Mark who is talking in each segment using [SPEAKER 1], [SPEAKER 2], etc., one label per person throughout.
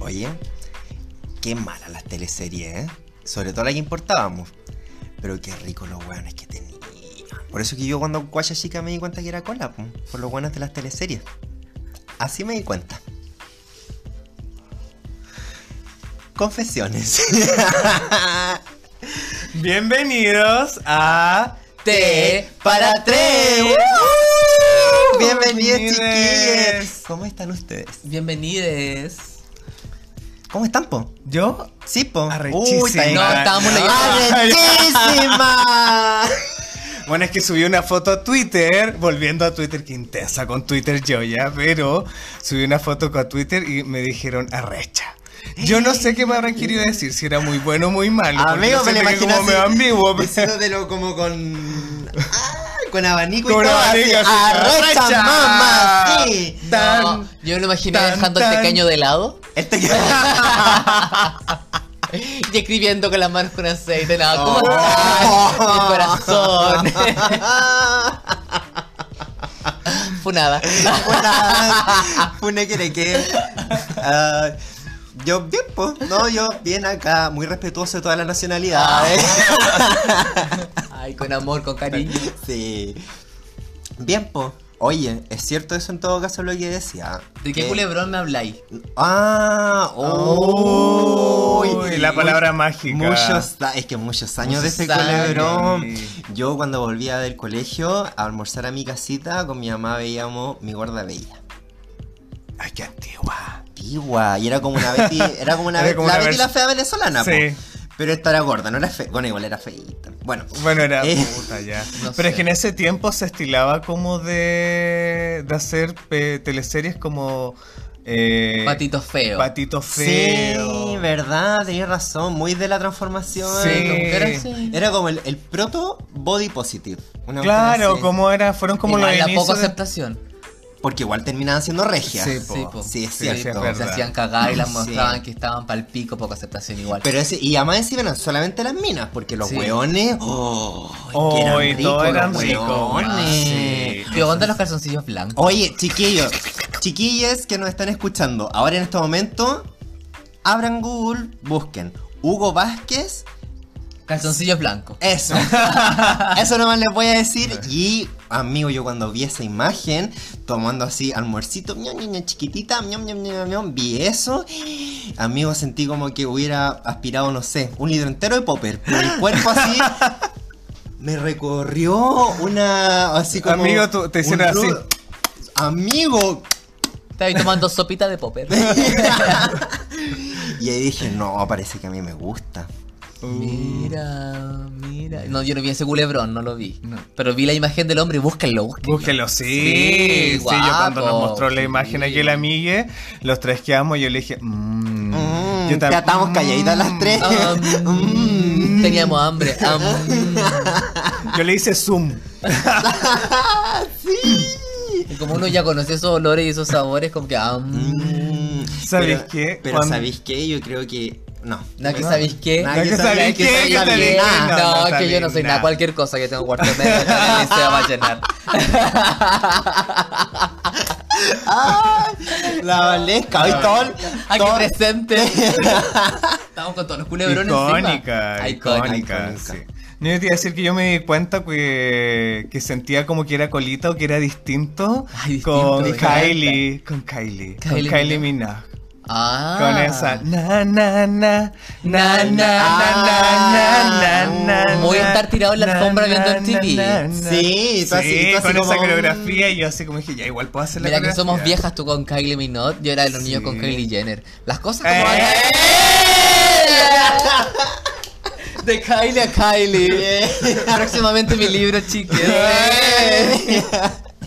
[SPEAKER 1] Oye, qué malas las teleseries, ¿eh? Sobre todo las que importábamos. Pero qué rico los weones que tenían. Por eso que yo cuando guacha chica me di cuenta que era cola, po, por los buenos de las teleseries. Así me di cuenta. Confesiones.
[SPEAKER 2] Bienvenidos a
[SPEAKER 1] T para tres.
[SPEAKER 2] ¡Woo!
[SPEAKER 1] Bienvenidos
[SPEAKER 2] Bienvenides.
[SPEAKER 1] chiquillos. ¿Cómo están ustedes?
[SPEAKER 3] Bienvenides.
[SPEAKER 1] ¿Cómo están, po?
[SPEAKER 2] Yo
[SPEAKER 1] Sí, po.
[SPEAKER 2] Arrechísima.
[SPEAKER 1] Uy, está bien.
[SPEAKER 3] No, estábamos leyendo.
[SPEAKER 1] ¡Arrechísima!
[SPEAKER 2] Bueno, es que subí una foto a Twitter, volviendo a Twitter, que intensa con Twitter yo ya, pero subí una foto con Twitter y me dijeron arrecha. Yo no sé qué me habrán querido decir, si era muy bueno o muy malo. porque
[SPEAKER 1] Amigo,
[SPEAKER 2] yo
[SPEAKER 1] me lo
[SPEAKER 2] siento que
[SPEAKER 1] imagino
[SPEAKER 2] como
[SPEAKER 1] así,
[SPEAKER 2] medio ambiguo. pero-
[SPEAKER 1] Diciéndotelo como con. Ah, con abanico
[SPEAKER 2] Con
[SPEAKER 1] y todo. así,
[SPEAKER 2] abanico, así,
[SPEAKER 1] ¡Arrecha,
[SPEAKER 2] ¡arrecha!
[SPEAKER 1] mamá! ¡Sí!
[SPEAKER 2] Tan,
[SPEAKER 3] No, yo me lo imaginé
[SPEAKER 2] tan,
[SPEAKER 3] dejando
[SPEAKER 2] tan.
[SPEAKER 3] el pequeño de lado
[SPEAKER 1] Este que.
[SPEAKER 3] y escribiendo con las manos con aceite. No, ¿cómo
[SPEAKER 1] Oh.
[SPEAKER 3] estás? Mi corazón. Funada.
[SPEAKER 1] Buenas. Fune quiere que. Ah, yo bien, po. No, yo bien acá. Muy respetuoso de todas las nacionalidades.
[SPEAKER 2] Ah.
[SPEAKER 3] Ay, con amor, con cariño.
[SPEAKER 1] Sí. Bien, po. Oye, ¿es cierto eso en todo caso lo que decía?
[SPEAKER 3] ¿De qué
[SPEAKER 1] Que-
[SPEAKER 3] culebrón me habláis?
[SPEAKER 1] Ah, uy,
[SPEAKER 2] Uy, la palabra mágica.
[SPEAKER 1] Muchos, a- es que muchos años de ese
[SPEAKER 3] Muchos años.
[SPEAKER 1] culebrón. Yo cuando volvía del colegio a almorzar a mi casita con mi mamá veíamos Mi Gorda Bella.
[SPEAKER 2] Ay, qué antigua.
[SPEAKER 1] Antigua, y era como una Betty, era como una,
[SPEAKER 2] Era
[SPEAKER 1] Be-
[SPEAKER 2] como
[SPEAKER 1] la
[SPEAKER 2] una
[SPEAKER 1] Betty
[SPEAKER 2] vers-
[SPEAKER 1] la fea venezolana, po.
[SPEAKER 2] Sí.
[SPEAKER 1] Pero esta era gorda, no era fea, bueno, igual era feita. Bueno,
[SPEAKER 2] Bueno, era
[SPEAKER 1] Eh.
[SPEAKER 2] puta ya.
[SPEAKER 3] No
[SPEAKER 2] Pero es
[SPEAKER 3] sé.
[SPEAKER 2] que en ese tiempo se estilaba como de, de hacer pe- teleseries como... eh,
[SPEAKER 3] Patito feo.
[SPEAKER 2] Patito
[SPEAKER 1] sí,
[SPEAKER 2] feo.
[SPEAKER 1] verdad, tenías razón, muy de la transformación.
[SPEAKER 2] Sí.
[SPEAKER 3] Como que era así.
[SPEAKER 1] Era como el, el proto body positive. una cuestión
[SPEAKER 2] Claro,
[SPEAKER 1] así.
[SPEAKER 2] como era, fueron como los
[SPEAKER 3] Igual la poca
[SPEAKER 2] inicios. de-
[SPEAKER 3] aceptación.
[SPEAKER 1] Porque igual terminaban siendo regias.
[SPEAKER 2] Sí, po.
[SPEAKER 3] Sí, po.
[SPEAKER 1] Sí, es
[SPEAKER 2] Sí, sí,
[SPEAKER 1] cierto.
[SPEAKER 2] es verdad.
[SPEAKER 3] Se hacían cagar y las
[SPEAKER 1] Sí.
[SPEAKER 3] mostraban que estaban pal pico, poca aceptación igual.
[SPEAKER 1] Pero ese, y además encima eran solamente las minas, porque los
[SPEAKER 3] Sí.
[SPEAKER 1] hueones. ¡Oh!
[SPEAKER 2] Oh,
[SPEAKER 1] que
[SPEAKER 2] y todos
[SPEAKER 1] los
[SPEAKER 2] eran ricos,
[SPEAKER 1] hueones.
[SPEAKER 3] Ah, sí. Yo aguanto los calzoncillos blancos.
[SPEAKER 1] Oye, chiquillos, chiquillas que nos están escuchando, ahora en este momento, abran Google, busquen Hugo Vázquez,
[SPEAKER 2] Oh.
[SPEAKER 3] Calzoncillos blancos.
[SPEAKER 2] Eh.
[SPEAKER 1] eso. eso nomás les voy a decir. Y, amigo, yo cuando vi esa imagen, tomando así almuercito, ñam, ñam, ñam, chiquitita, ñam, ñam, ñam, ñam, vi eso. Amigo, sentí como que hubiera aspirado, no sé, un litro entero de popper. Pero el cuerpo así. Me recorrió una. Así como.
[SPEAKER 2] Amigo, tú- te hicieron
[SPEAKER 1] un
[SPEAKER 2] así.
[SPEAKER 1] ru- Amigo,
[SPEAKER 3] Estaba ahí tomando sopita de popper.
[SPEAKER 1] Y ahí dije, no, parece que a mí me gusta.
[SPEAKER 2] Uh,
[SPEAKER 3] Mira, mira. No, yo no vi ese culebrón, no lo vi. Pero vi la imagen del hombre, búsquenlo, búsquenlo.
[SPEAKER 2] Búsquelo, sí.
[SPEAKER 3] Sí,
[SPEAKER 2] Sí,
[SPEAKER 3] guapo,
[SPEAKER 2] yo cuando nos mostró la
[SPEAKER 3] sí.
[SPEAKER 2] imagen aquí la amigue, los tres que amo, yo le dije, mmm.
[SPEAKER 1] Mm,
[SPEAKER 2] Yo tam-
[SPEAKER 1] ya estamos calladitas las tres.
[SPEAKER 3] Ah, mm, teníamos hambre. ah, mm.
[SPEAKER 2] Yo le hice zoom.
[SPEAKER 3] Y como uno ya conoce esos olores y esos sabores, como que. ah, mm.
[SPEAKER 1] Mm,
[SPEAKER 2] ¿Sabéis
[SPEAKER 1] pero-
[SPEAKER 2] qué?
[SPEAKER 1] Pero
[SPEAKER 2] Cuando-
[SPEAKER 1] ¿sabéis qué? Yo creo que... No.
[SPEAKER 3] Nada que sabéis qué.
[SPEAKER 1] Nada
[SPEAKER 2] ¿No que sabéis
[SPEAKER 1] que
[SPEAKER 2] qué?
[SPEAKER 1] sabéis
[SPEAKER 2] ¿Que
[SPEAKER 1] nada.
[SPEAKER 2] sabéis
[SPEAKER 1] Nada.
[SPEAKER 2] nada,
[SPEAKER 3] No,
[SPEAKER 2] no
[SPEAKER 3] es que yo no
[SPEAKER 2] sabéis
[SPEAKER 3] soy nada.
[SPEAKER 2] nada.
[SPEAKER 3] Cualquier cosa que tenga un cuarto de medio se va a llenar.
[SPEAKER 1] La Valesca, hoy todo...
[SPEAKER 3] Aquí
[SPEAKER 1] todo-
[SPEAKER 3] presente. Estamos con todos los culebrones.
[SPEAKER 2] Icónica,
[SPEAKER 3] encima. Ah,
[SPEAKER 2] icónica.
[SPEAKER 1] Icónica.
[SPEAKER 2] sí. No, yo te iba a decir que yo me di cuenta que, que sentía como que era colita o que era distinto,
[SPEAKER 3] Ay, distinto,
[SPEAKER 2] con,
[SPEAKER 3] diferente.
[SPEAKER 2] Kylie, con Kylie, con
[SPEAKER 3] Kylie
[SPEAKER 2] Kylie, Minogue.
[SPEAKER 3] Ah.
[SPEAKER 2] Con esa na na na na na na na na na na
[SPEAKER 3] Voy a estar tirado en la alfombra viendo el TV.
[SPEAKER 1] Sí, tú así-
[SPEAKER 2] Sí,
[SPEAKER 1] tú así
[SPEAKER 2] con
[SPEAKER 1] como,
[SPEAKER 2] esa
[SPEAKER 1] mm.
[SPEAKER 2] coreografía y yo así como dije, ya igual puedo hacer la
[SPEAKER 3] Mira que
[SPEAKER 2] coreografía.
[SPEAKER 3] somos viejas tú con Kylie Minogue, yo era de los niños con
[SPEAKER 2] Sí.
[SPEAKER 3] Kylie Jenner. Las cosas como ¡Eh!
[SPEAKER 2] ¡Eh!
[SPEAKER 3] de Kylie a Kylie. Próximamente mi libro, chiques. Eh.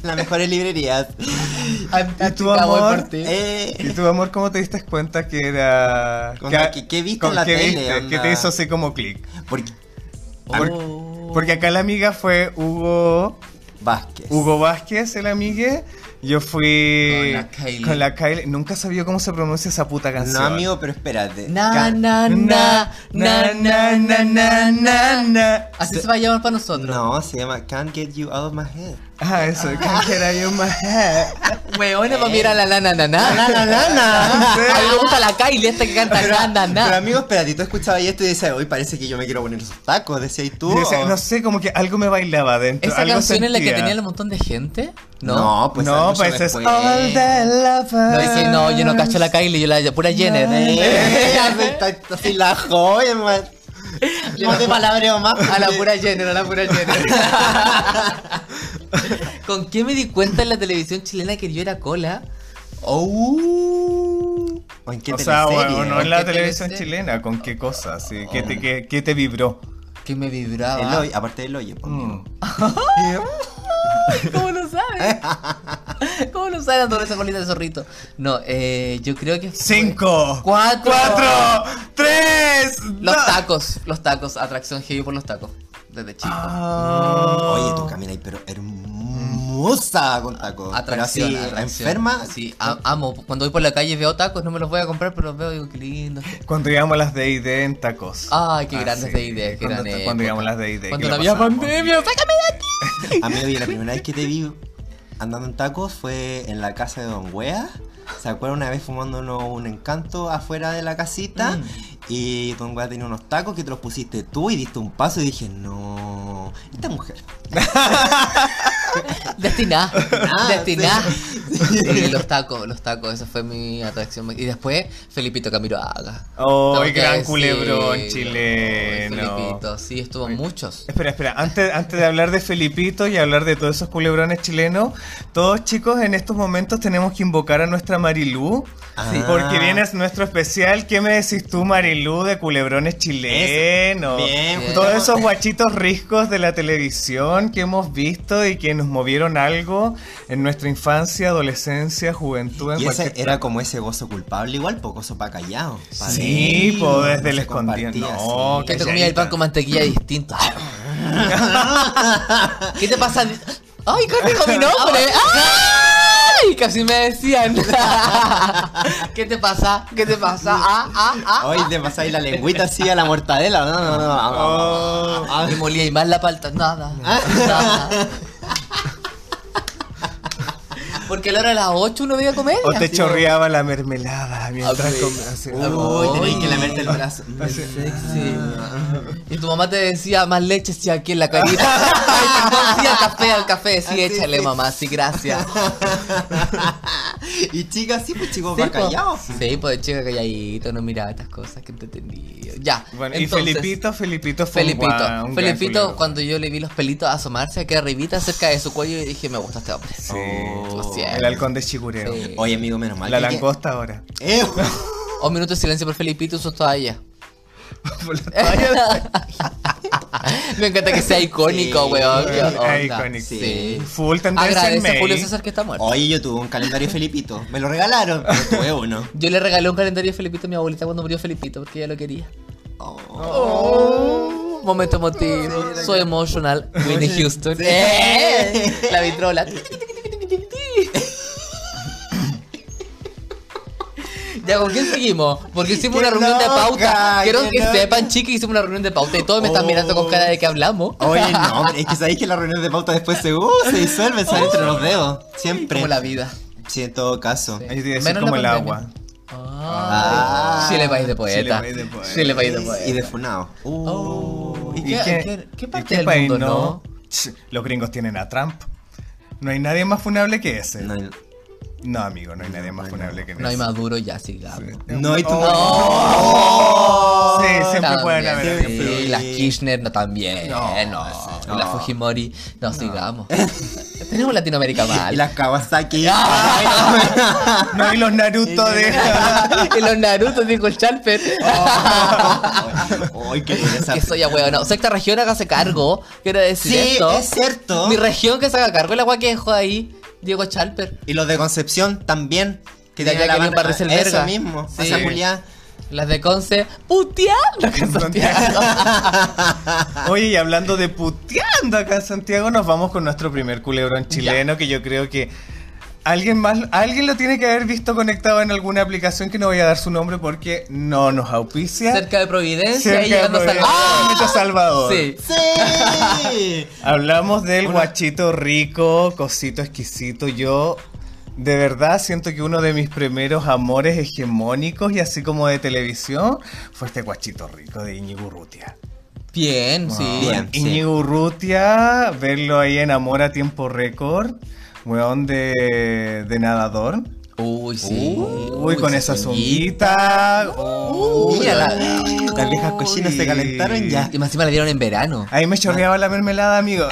[SPEAKER 1] Las mejores librerías.
[SPEAKER 3] Antártica,
[SPEAKER 2] amor?
[SPEAKER 3] voy por ti.
[SPEAKER 1] Eh,
[SPEAKER 2] ¿Y tu amor cómo te diste cuenta que era...
[SPEAKER 1] Con
[SPEAKER 2] que-
[SPEAKER 1] la que- que viste
[SPEAKER 2] con
[SPEAKER 1] en la
[SPEAKER 2] que
[SPEAKER 1] tele,
[SPEAKER 2] viste, que
[SPEAKER 1] onda.
[SPEAKER 2] te hizo así como clic?
[SPEAKER 1] porque...
[SPEAKER 3] Oh.
[SPEAKER 2] Por- Porque acá la amiga fue Hugo
[SPEAKER 1] Vázquez.
[SPEAKER 2] Hugo Vázquez, el amigue. Yo fui
[SPEAKER 3] Con la Kylie.
[SPEAKER 2] con la Kylie. Nunca sabía cómo se pronuncia esa puta
[SPEAKER 1] No,
[SPEAKER 2] canción.
[SPEAKER 1] amigo, pero espérate.
[SPEAKER 3] Na,
[SPEAKER 1] Ca-
[SPEAKER 3] na, na, na, na, na, na, na. Así se va a llamar para nosotros.
[SPEAKER 1] No, se llama Can't Get You Out of My Head.
[SPEAKER 2] Ah, eso, can get out your mind.
[SPEAKER 3] Weona, para mirar Eh. la lana, naná.
[SPEAKER 1] La la lana.
[SPEAKER 3] A mí me gusta la Kylie, esta que canta
[SPEAKER 1] Pero,
[SPEAKER 3] na, na, na.
[SPEAKER 1] pero amigo, espérate, tú escuchabas esto y decías, hoy parece que yo me quiero poner esos tacos, decías tú.
[SPEAKER 2] Yo decía,
[SPEAKER 1] o-
[SPEAKER 2] no sé, como que algo me bailaba adentro.
[SPEAKER 3] ¿Esa
[SPEAKER 2] algo
[SPEAKER 3] canción es la que
[SPEAKER 2] sentía.
[SPEAKER 3] tenía el montón de gente? No.
[SPEAKER 1] no, pues
[SPEAKER 2] no,
[SPEAKER 1] mucho
[SPEAKER 2] pues es
[SPEAKER 1] después.
[SPEAKER 2] All the Lovers.
[SPEAKER 3] No, dice, no, yo no cacho la Kylie, yo la pura Jenner.
[SPEAKER 1] Eh, está- está así la joya, man. No te palabreo más.
[SPEAKER 3] A la pura Jenner, a la pura Jenner. ¿Con qué me di cuenta en la televisión chilena que yo era cola?
[SPEAKER 1] Oh. ¿O en qué
[SPEAKER 2] O sea,
[SPEAKER 1] teleserie?
[SPEAKER 2] bueno, no en
[SPEAKER 3] ¿Qué
[SPEAKER 2] la televisión
[SPEAKER 3] teleserie?
[SPEAKER 2] chilena, ¿con qué cosas? Sí, ¿Qué, te, qué, qué te vibró?
[SPEAKER 3] Que me
[SPEAKER 1] El
[SPEAKER 3] vibraba.
[SPEAKER 1] hoy- aparte del hoyo, pues,
[SPEAKER 2] Mm.
[SPEAKER 1] amigo.
[SPEAKER 3] ¿Cómo lo sabes? ¿Cómo lo sabes, toda esa colita de zorrito? No, eh, yo creo que. fue-
[SPEAKER 2] ¡Cinco!
[SPEAKER 3] Cuatro.
[SPEAKER 2] ¡Cuatro! ¡Tres!
[SPEAKER 3] Los
[SPEAKER 2] dos.
[SPEAKER 3] tacos, los tacos, atracción heavy por los tacos. Desde chico.
[SPEAKER 2] Ah.
[SPEAKER 1] Oye, tú caminas, pero hermosa con tacos.
[SPEAKER 3] Atracción,
[SPEAKER 1] pero así,
[SPEAKER 3] atracción.
[SPEAKER 1] enferma.
[SPEAKER 3] Sí, a- amo. Cuando voy por la calle veo tacos, no me los voy a comprar, pero los veo y digo, qué lindo.
[SPEAKER 2] Cuando íbamos a las D&D en tacos.
[SPEAKER 3] Ay, qué
[SPEAKER 2] Ah,
[SPEAKER 3] grandes
[SPEAKER 2] sí.
[SPEAKER 3] de ideas, qué
[SPEAKER 2] Cuando-
[SPEAKER 3] grandes.
[SPEAKER 2] cuando íbamos a las D&D, este, que
[SPEAKER 3] Cuando
[SPEAKER 2] la
[SPEAKER 3] no había
[SPEAKER 2] pasábamos
[SPEAKER 3] pandemia, sácame de aquí.
[SPEAKER 1] Amigo, yo la primera vez que te vi andando en tacos fue en la casa de Don Wea. ¿Se acuerdan una vez fumándonos un encanto afuera de la
[SPEAKER 3] Mm.
[SPEAKER 1] casita? Y Don Wea tenía unos tacos que te los pusiste tú y diste un paso y dije, no, esta mujer.
[SPEAKER 3] Destinada,
[SPEAKER 1] Ah,
[SPEAKER 3] destinada. Y los tacos, los tacos, esa fue mi atracción. Y después, Felipito Camiroaga.
[SPEAKER 2] Oh,
[SPEAKER 3] Tengo que
[SPEAKER 2] gran
[SPEAKER 3] decirlo.
[SPEAKER 2] culebrón chileno.
[SPEAKER 3] Felipito, sí, estuvo en muchos.
[SPEAKER 2] Espera, espera, antes, antes de hablar de Felipito y hablar de todos esos culebrones chilenos, todos chicos en estos momentos tenemos que invocar a nuestra Marilú,
[SPEAKER 3] Ah.
[SPEAKER 1] Sí.
[SPEAKER 2] porque viene nuestro especial. ¿Qué me decís tú, Marilú, de culebrones chilenos?
[SPEAKER 1] Bien,
[SPEAKER 3] Bien.
[SPEAKER 2] Todos
[SPEAKER 1] justo-
[SPEAKER 2] esos guachitos riscos de la televisión que hemos visto y que nos movieron algo en nuestra infancia, adolescencia, juventud, en
[SPEAKER 1] Y ese
[SPEAKER 2] cualquier
[SPEAKER 1] era como ese gozo culpable, igual, pues gozo para callado. pa'
[SPEAKER 2] Sí,
[SPEAKER 1] dentro,
[SPEAKER 2] pues desde
[SPEAKER 1] no
[SPEAKER 2] el
[SPEAKER 1] se
[SPEAKER 2] escondido.
[SPEAKER 1] compartía,
[SPEAKER 2] No,
[SPEAKER 1] sí.
[SPEAKER 3] Que te
[SPEAKER 2] calladita.
[SPEAKER 3] comía el pan con mantequilla distinto. ¿Qué te pasa? ¡Ay, corte con mi nombre! ¡Ay! Casi me decían. ¿Qué te pasa? ¿Qué te pasa? Ah, ah, ah.
[SPEAKER 1] Hoy te pasáis la lengüita así a la mortadela. No, no, no, no, no.
[SPEAKER 2] Oh.
[SPEAKER 3] Y molía y más la palta. Nada. nada. Porque a la hora de las 8 uno veía comer.
[SPEAKER 2] O te chorreaba la mermelada mientras
[SPEAKER 3] Ok.
[SPEAKER 2] comías. así.
[SPEAKER 1] Uy, tenéis
[SPEAKER 3] Uy.
[SPEAKER 1] que lamerte el brazo.
[SPEAKER 3] Sexy. Y tu mamá te decía más leche si aquí en la carita. Ay, perdón, sí, al café, al café. Sí,
[SPEAKER 1] Así,
[SPEAKER 3] échale,
[SPEAKER 1] sí.
[SPEAKER 3] mamá. Sí, gracias.
[SPEAKER 1] y chicas, sí, pues chicos,
[SPEAKER 3] Sí,
[SPEAKER 1] va
[SPEAKER 3] po.
[SPEAKER 1] callado.
[SPEAKER 3] Sí, pues chica calladito, no miraba estas cosas que entretenido. Ya.
[SPEAKER 2] Uh. Bueno,
[SPEAKER 3] entonces,
[SPEAKER 2] y Felipito, Felipito fue un
[SPEAKER 3] Felipito,
[SPEAKER 2] guau, un gran
[SPEAKER 3] Felipito,
[SPEAKER 2] culebro.
[SPEAKER 3] cuando yo le vi los pelitos asomarse aquí arribita cerca de su cuello, y dije, me gusta este hombre.
[SPEAKER 2] Sí.
[SPEAKER 1] Oh.
[SPEAKER 3] Sí.
[SPEAKER 2] el halcón de Chigureo.
[SPEAKER 3] Sí.
[SPEAKER 1] Oye, amigo, menos mal.
[SPEAKER 2] La
[SPEAKER 1] que-
[SPEAKER 2] langosta ahora.
[SPEAKER 1] Eh,
[SPEAKER 3] Un Oh, minuto de silencio por Felipito y sus toallas.
[SPEAKER 2] Por la toalla.
[SPEAKER 3] me encanta que sea icónico,
[SPEAKER 1] Sí.
[SPEAKER 3] weón. qué
[SPEAKER 2] Es
[SPEAKER 3] onda.
[SPEAKER 2] icónico.
[SPEAKER 3] Sí.
[SPEAKER 2] Full tendencia en
[SPEAKER 3] Agradece a
[SPEAKER 2] May.
[SPEAKER 3] Julio César que está muerto.
[SPEAKER 1] Oye, yo tuve un calendario Felipito. Me lo regalaron, pero tuve uno.
[SPEAKER 3] Yo le regalé un calendario de Felipito a mi abuelita cuando murió Felipito porque ella lo quería. Momento emotivo, soy emotional, Whitney Houston.
[SPEAKER 1] Sí.
[SPEAKER 3] ¡Eh! La vitrola. Ya, ¿con quién seguimos? Porque hicimos
[SPEAKER 1] ¡Qué
[SPEAKER 3] una reunión de
[SPEAKER 1] loca!
[SPEAKER 3] pauta. Quiero
[SPEAKER 1] ¡Qué
[SPEAKER 3] que
[SPEAKER 1] loca!
[SPEAKER 3] sepan, chiqui, hicimos una reunión de pauta y todos me están
[SPEAKER 1] Oh.
[SPEAKER 3] mirando con cara de que hablamos.
[SPEAKER 1] Oye, no, hombre, es que sabéis que las reuniones de pauta después se, uh, se disuelven, salen entre los dedos. Siempre.
[SPEAKER 3] Como la vida.
[SPEAKER 1] Sí, en todo caso.
[SPEAKER 2] Ahí te iba a decir
[SPEAKER 3] Menos
[SPEAKER 2] como el
[SPEAKER 3] la
[SPEAKER 2] agua.
[SPEAKER 3] pandemia.
[SPEAKER 1] Ah.
[SPEAKER 3] Chile país de
[SPEAKER 2] Chile,
[SPEAKER 3] poeta.
[SPEAKER 2] país de poeta.
[SPEAKER 3] Chile país de
[SPEAKER 1] Y
[SPEAKER 3] poeta.
[SPEAKER 1] de funado. Uh.
[SPEAKER 3] Oh. ¿Y
[SPEAKER 2] ¿Y
[SPEAKER 3] qué,
[SPEAKER 2] qué-
[SPEAKER 3] qué- qué
[SPEAKER 2] y
[SPEAKER 3] parte
[SPEAKER 2] qué
[SPEAKER 3] del
[SPEAKER 2] país
[SPEAKER 3] mundo no?
[SPEAKER 2] Ch, Los gringos tienen a Trump. No hay nadie más funable que ese.
[SPEAKER 1] No,
[SPEAKER 2] No,
[SPEAKER 1] no,
[SPEAKER 2] amigo, no hay nadie más funable que ese.
[SPEAKER 3] No hay Maduro, ya sigamos.
[SPEAKER 1] y tu
[SPEAKER 2] Sí, siempre
[SPEAKER 3] También,
[SPEAKER 2] pueden haber.
[SPEAKER 3] sí,
[SPEAKER 2] siempre.
[SPEAKER 1] siempre.
[SPEAKER 3] las Kirchner no, también. eh, No,
[SPEAKER 1] no.
[SPEAKER 3] Las Fujimori, no, sigamos. Tenemos Latinoamérica mal.
[SPEAKER 1] Y las Kawasaki.
[SPEAKER 2] No hay los Naruto de.
[SPEAKER 3] Y los Naruto, dijo el Chalper.
[SPEAKER 1] Ay, qué buena Oh, esa-
[SPEAKER 3] que soy a huevo. No, sexta región, hágase cargo. Quiero decir
[SPEAKER 1] Sí,
[SPEAKER 3] esto.
[SPEAKER 1] es cierto.
[SPEAKER 3] Mi región que se haga cargo, el agua que dejó ahí, Diego Chalper.
[SPEAKER 1] Y los de Concepción también. Que
[SPEAKER 3] Tenía
[SPEAKER 1] tenían
[SPEAKER 3] que
[SPEAKER 1] la
[SPEAKER 3] limparse el
[SPEAKER 1] Eso
[SPEAKER 3] verga.
[SPEAKER 1] mismo.
[SPEAKER 3] Sí.
[SPEAKER 1] Esa culiá.
[SPEAKER 3] Las de Conce, putea. Lo que es Santiago.
[SPEAKER 2] Oye, y hablando de puteando acá en Santiago, nos vamos con nuestro primer culebrón chileno que yo creo que Alguien más, alguien lo tiene que haber visto conectado en alguna aplicación que no voy a dar su nombre porque no nos auspicia.
[SPEAKER 3] Cerca de Providencia
[SPEAKER 2] Cerca
[SPEAKER 3] y
[SPEAKER 2] de
[SPEAKER 3] llegando
[SPEAKER 2] Providencia,
[SPEAKER 3] a Ah, Salvador.
[SPEAKER 2] Metro Salvador.
[SPEAKER 3] Sí.
[SPEAKER 1] ¡Sí!
[SPEAKER 2] Hablamos del guachito rico, cosito exquisito. Yo de verdad siento que uno de mis primeros amores hegemónicos y así como de televisión fue este guachito rico de Íñigo Urrutia.
[SPEAKER 3] Bien, sí.
[SPEAKER 1] Bien. sí.
[SPEAKER 2] Íñigo Urrutia, verlo ahí en Amor a tiempo récord, weón de, de nadador.
[SPEAKER 3] Uy, sí.
[SPEAKER 2] Uy, con
[SPEAKER 3] sí,
[SPEAKER 2] esa
[SPEAKER 3] sí.
[SPEAKER 2] zonguita. Uy.
[SPEAKER 1] Mira, la- las viejas cochinas se calentaron ya.
[SPEAKER 3] Y más encima le dieron en verano.
[SPEAKER 2] Ahí me chorreaba la mermelada, amigo.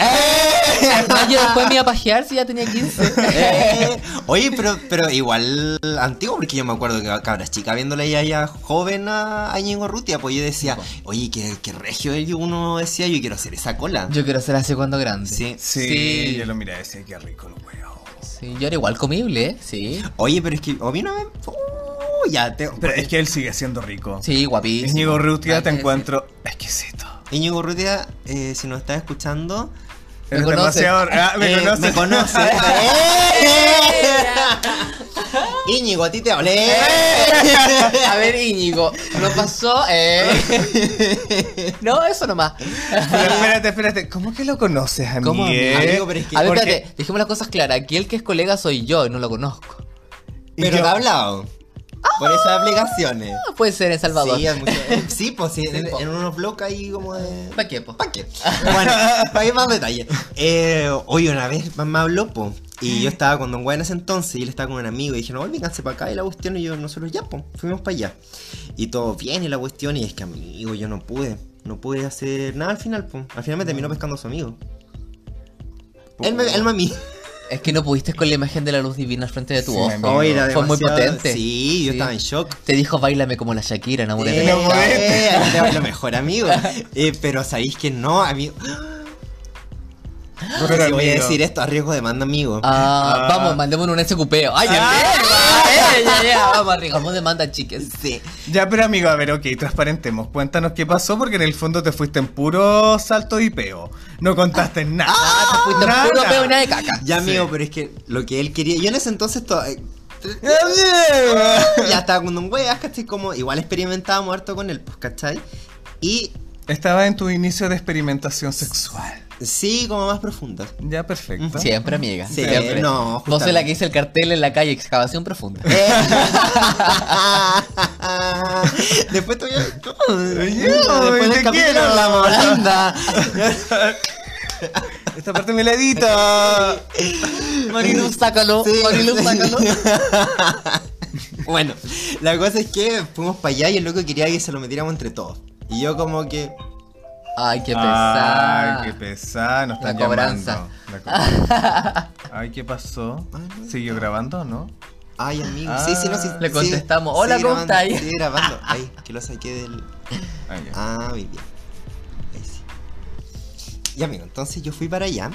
[SPEAKER 3] No, yo después me iba a pajear si ya tenía 15.
[SPEAKER 1] Eh, Oye, pero, pero igual antiguo, porque yo me acuerdo que cabras chica viéndole ya, ya joven a, a Ñengo Rutia, pues yo decía, oye, que, que regio él, y uno decía, yo quiero hacer esa cola.
[SPEAKER 3] Yo quiero ser así cuando grande.
[SPEAKER 1] Sí.
[SPEAKER 2] Sí,
[SPEAKER 3] Sí.
[SPEAKER 2] yo lo miraba y decía, qué rico el huevo.
[SPEAKER 3] Sí, yo era igual comible, ¿eh? Sí.
[SPEAKER 1] Oye, pero es que a mí no me. Uh, ya, te...
[SPEAKER 2] Pero es que él sigue siendo rico.
[SPEAKER 3] Sí, guapísimo.
[SPEAKER 2] Íñigo
[SPEAKER 3] Nada
[SPEAKER 2] Rutia te
[SPEAKER 3] que
[SPEAKER 2] encuentro exquisito.
[SPEAKER 1] Íñigo Rutia, eh, si nos estás escuchando,
[SPEAKER 3] Me
[SPEAKER 2] Eres
[SPEAKER 3] conoces.
[SPEAKER 2] demasiado- ah, me
[SPEAKER 1] eh,
[SPEAKER 2] conoces.
[SPEAKER 1] me conoce. Íñigo, a ti te hablé.
[SPEAKER 3] decir. A ver, Íñigo, lo pasó. Eh. No, eso nomás.
[SPEAKER 2] Pero espérate, espérate. ¿Cómo que lo conoces, amigo?
[SPEAKER 3] ¿Cómo,
[SPEAKER 1] amigo? Pero es que-
[SPEAKER 3] A ver,
[SPEAKER 2] Porque-
[SPEAKER 3] espérate, dejemos las cosas claras. Aquí el que es colega soy yo, no lo conozco.
[SPEAKER 1] Pero
[SPEAKER 2] yo-
[SPEAKER 1] te ha hablado. Por esas aplicaciones.
[SPEAKER 3] Ah, Puede ser en Salvador.
[SPEAKER 1] Sí, hay mucho- eh, sí, pues sí, en,
[SPEAKER 3] po.
[SPEAKER 1] en unos bloques ahí como de.
[SPEAKER 3] ¿Para qué, po?
[SPEAKER 1] ¿Para qué? Bueno, para ir más detalle. Eh, oye, una vez mamá habló, po, y yo estaba con Don Guay en ese entonces, y él estaba con un amigo, y dije, no, vénganse para acá, y la cuestión, y yo, nosotros ya, po, fuimos para allá. Y todo bien, y la cuestión, y es que, amigo, yo no pude, no pude hacer nada al final, po. Al final me terminó pescando su amigo. Él me, él me a mí.
[SPEAKER 3] Es que no pudiste con la imagen de la luz divina al frente de tu
[SPEAKER 2] Sí,
[SPEAKER 3] ojo.
[SPEAKER 2] amigo. Oye,
[SPEAKER 1] era
[SPEAKER 3] Fue muy
[SPEAKER 1] demasiado-
[SPEAKER 3] potente.
[SPEAKER 1] Sí, yo
[SPEAKER 3] Sí.
[SPEAKER 1] estaba en shock.
[SPEAKER 3] Te dijo, bailame como la Shakira, enamórate.
[SPEAKER 1] Eh,
[SPEAKER 2] no muere.
[SPEAKER 1] eh, te hablo mejor amigo. Eh, pero sabéis que no, amigo. No sé
[SPEAKER 2] Pero,
[SPEAKER 1] si voy a
[SPEAKER 2] amigo.
[SPEAKER 1] decir esto a riesgo de manda, amigo.
[SPEAKER 3] Ah,
[SPEAKER 2] Ah.
[SPEAKER 3] Vamos, mandémonos un SQP. ¡Ay,
[SPEAKER 1] Ah.
[SPEAKER 3] ya, mierda! Eh, ya, ya! Vamos, arriesgamos demanda, chiques.
[SPEAKER 1] Sí.
[SPEAKER 2] Ya, pero amigo, a ver, ok, transparentemos. Cuéntanos qué pasó, porque en el fondo te fuiste en puro salto y peo. No contaste nada.
[SPEAKER 3] ah, Te fuiste
[SPEAKER 2] Nada.
[SPEAKER 3] puro peo y nada de caca.
[SPEAKER 1] Ya,
[SPEAKER 2] Sí.
[SPEAKER 1] amigo, pero es que lo que él quería. Yo en ese entonces to- eh, Ya estaba con un weas, ¿cachai? Como igual experimentábamos harto con él, pues, ¿cachai? Y
[SPEAKER 2] Estaba en tu inicio de experimentación sexual.
[SPEAKER 1] sí, como más profundas.
[SPEAKER 2] Ya, perfecto.
[SPEAKER 3] Siempre, amiga.
[SPEAKER 1] Sí,
[SPEAKER 3] siempre.
[SPEAKER 1] no,
[SPEAKER 3] Vos sos
[SPEAKER 1] justamente. Eh,
[SPEAKER 3] la que hice el cartel en la calle, excavación profunda.
[SPEAKER 1] Después todavía.
[SPEAKER 2] te
[SPEAKER 1] Después del capítulo
[SPEAKER 2] quiero.
[SPEAKER 1] hablamos, anda.
[SPEAKER 2] Esta parte me la edita.
[SPEAKER 3] Marilu, sácalo.
[SPEAKER 1] Sí.
[SPEAKER 3] Marilu, sácalo.
[SPEAKER 1] Bueno, la cosa es que fuimos para allá y el loco quería que se lo metiéramos entre todos. Y yo como que...
[SPEAKER 3] Ay, qué pesar.
[SPEAKER 2] Ay, qué pesar, nos
[SPEAKER 3] La
[SPEAKER 2] están
[SPEAKER 3] cobranza.
[SPEAKER 2] llamando. La co- Ay, ¿qué pasó? ¿Siguió grabando o no?
[SPEAKER 1] Ay, amigo. sí, sí, no, sí.
[SPEAKER 3] Ah, Le
[SPEAKER 1] sí,
[SPEAKER 3] contestamos, "Hola,
[SPEAKER 1] sí,
[SPEAKER 3] ¿cómo
[SPEAKER 1] grabando,
[SPEAKER 3] estáis?"
[SPEAKER 1] Sí, grabando. Ay, que lo saqué del...
[SPEAKER 2] Ah, ya.
[SPEAKER 1] Ah, muy bien. Ahí sí. Y amigo, entonces yo fui para allá.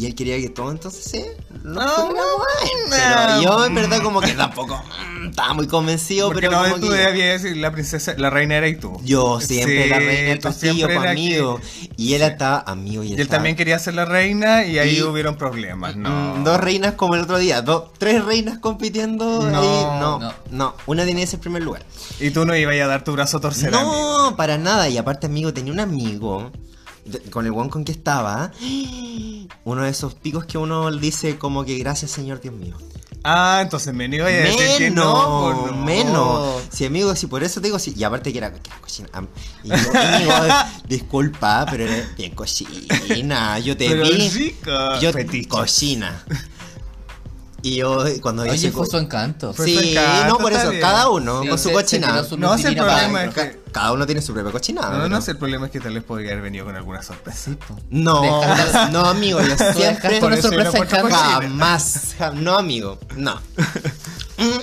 [SPEAKER 1] Y él quería que todo entonces se... lo
[SPEAKER 2] No,
[SPEAKER 1] fuera a él.
[SPEAKER 2] no.
[SPEAKER 1] Pero yo en verdad como que tampoco... mm, Estaba muy convencido,
[SPEAKER 2] Porque
[SPEAKER 1] pero
[SPEAKER 2] no,
[SPEAKER 1] como
[SPEAKER 2] tú
[SPEAKER 1] que-
[SPEAKER 2] debías decir la princesa, la reina era y tú.
[SPEAKER 1] Yo siempre
[SPEAKER 2] Sí,
[SPEAKER 1] la reina del
[SPEAKER 2] tú
[SPEAKER 1] castillo,
[SPEAKER 2] siempre
[SPEAKER 1] pues,
[SPEAKER 2] era
[SPEAKER 1] amigo. Y él estaba amigo y
[SPEAKER 2] que-
[SPEAKER 1] él
[SPEAKER 2] Y él
[SPEAKER 1] estaba-
[SPEAKER 2] también quería ser la reina y ahí
[SPEAKER 1] Y-
[SPEAKER 2] hubieron problemas, ¿no?
[SPEAKER 1] Mm, Dos reinas como el otro día, dos, tres reinas compitiendo.
[SPEAKER 2] No,
[SPEAKER 1] ahí, no,
[SPEAKER 3] no.
[SPEAKER 1] no, una tenía ese primer lugar.
[SPEAKER 2] Y tú no ibas a dar tu brazo a torcer,
[SPEAKER 1] no,
[SPEAKER 2] amigo.
[SPEAKER 1] para nada. Y aparte, amigo, tenía un amigo de- con el guan con que estaba. Uno de esos picos que uno dice como que gracias, señor Dios mío.
[SPEAKER 2] Ah, entonces me iba a decir que
[SPEAKER 1] Menos,
[SPEAKER 2] no. pues no.
[SPEAKER 1] menos. Si amigo, si por eso te digo, sí. Y aparte que era, que era cochina. Am- Y yo, amigo, disculpa, pero eres bien cochina. Yo te
[SPEAKER 2] Pero
[SPEAKER 1] vi.
[SPEAKER 2] chica.
[SPEAKER 1] Yo
[SPEAKER 2] Fetiche.
[SPEAKER 1] cochina. Y yo cuando yo
[SPEAKER 3] Oye,
[SPEAKER 1] soy
[SPEAKER 3] fue
[SPEAKER 1] co-
[SPEAKER 3] su encanto.
[SPEAKER 2] Fue su
[SPEAKER 1] sí,
[SPEAKER 2] encanto,
[SPEAKER 1] no por
[SPEAKER 2] está
[SPEAKER 1] eso,
[SPEAKER 2] bien.
[SPEAKER 1] cada uno
[SPEAKER 3] Sí,
[SPEAKER 1] con
[SPEAKER 3] se-
[SPEAKER 1] su
[SPEAKER 3] se
[SPEAKER 1] cochinada.
[SPEAKER 3] tiró su
[SPEAKER 2] No, si el
[SPEAKER 3] Mira,
[SPEAKER 2] problema
[SPEAKER 3] padre,
[SPEAKER 2] es que...
[SPEAKER 1] Cada uno tiene su propia cochinada.
[SPEAKER 2] No,
[SPEAKER 1] Ah, pero-
[SPEAKER 2] no, si el problema es que tal vez podría haber venido con alguna sorpresa.
[SPEAKER 1] No,
[SPEAKER 3] Dejaste-
[SPEAKER 1] no, amigo, yo
[SPEAKER 3] Tú dejaste
[SPEAKER 1] siempre
[SPEAKER 2] por
[SPEAKER 3] una
[SPEAKER 2] eso yo
[SPEAKER 3] sorpresa
[SPEAKER 2] no
[SPEAKER 3] en
[SPEAKER 2] encuentro
[SPEAKER 3] Canadá.
[SPEAKER 2] posible.
[SPEAKER 1] jamás, jam- no, amigo, no. Mm,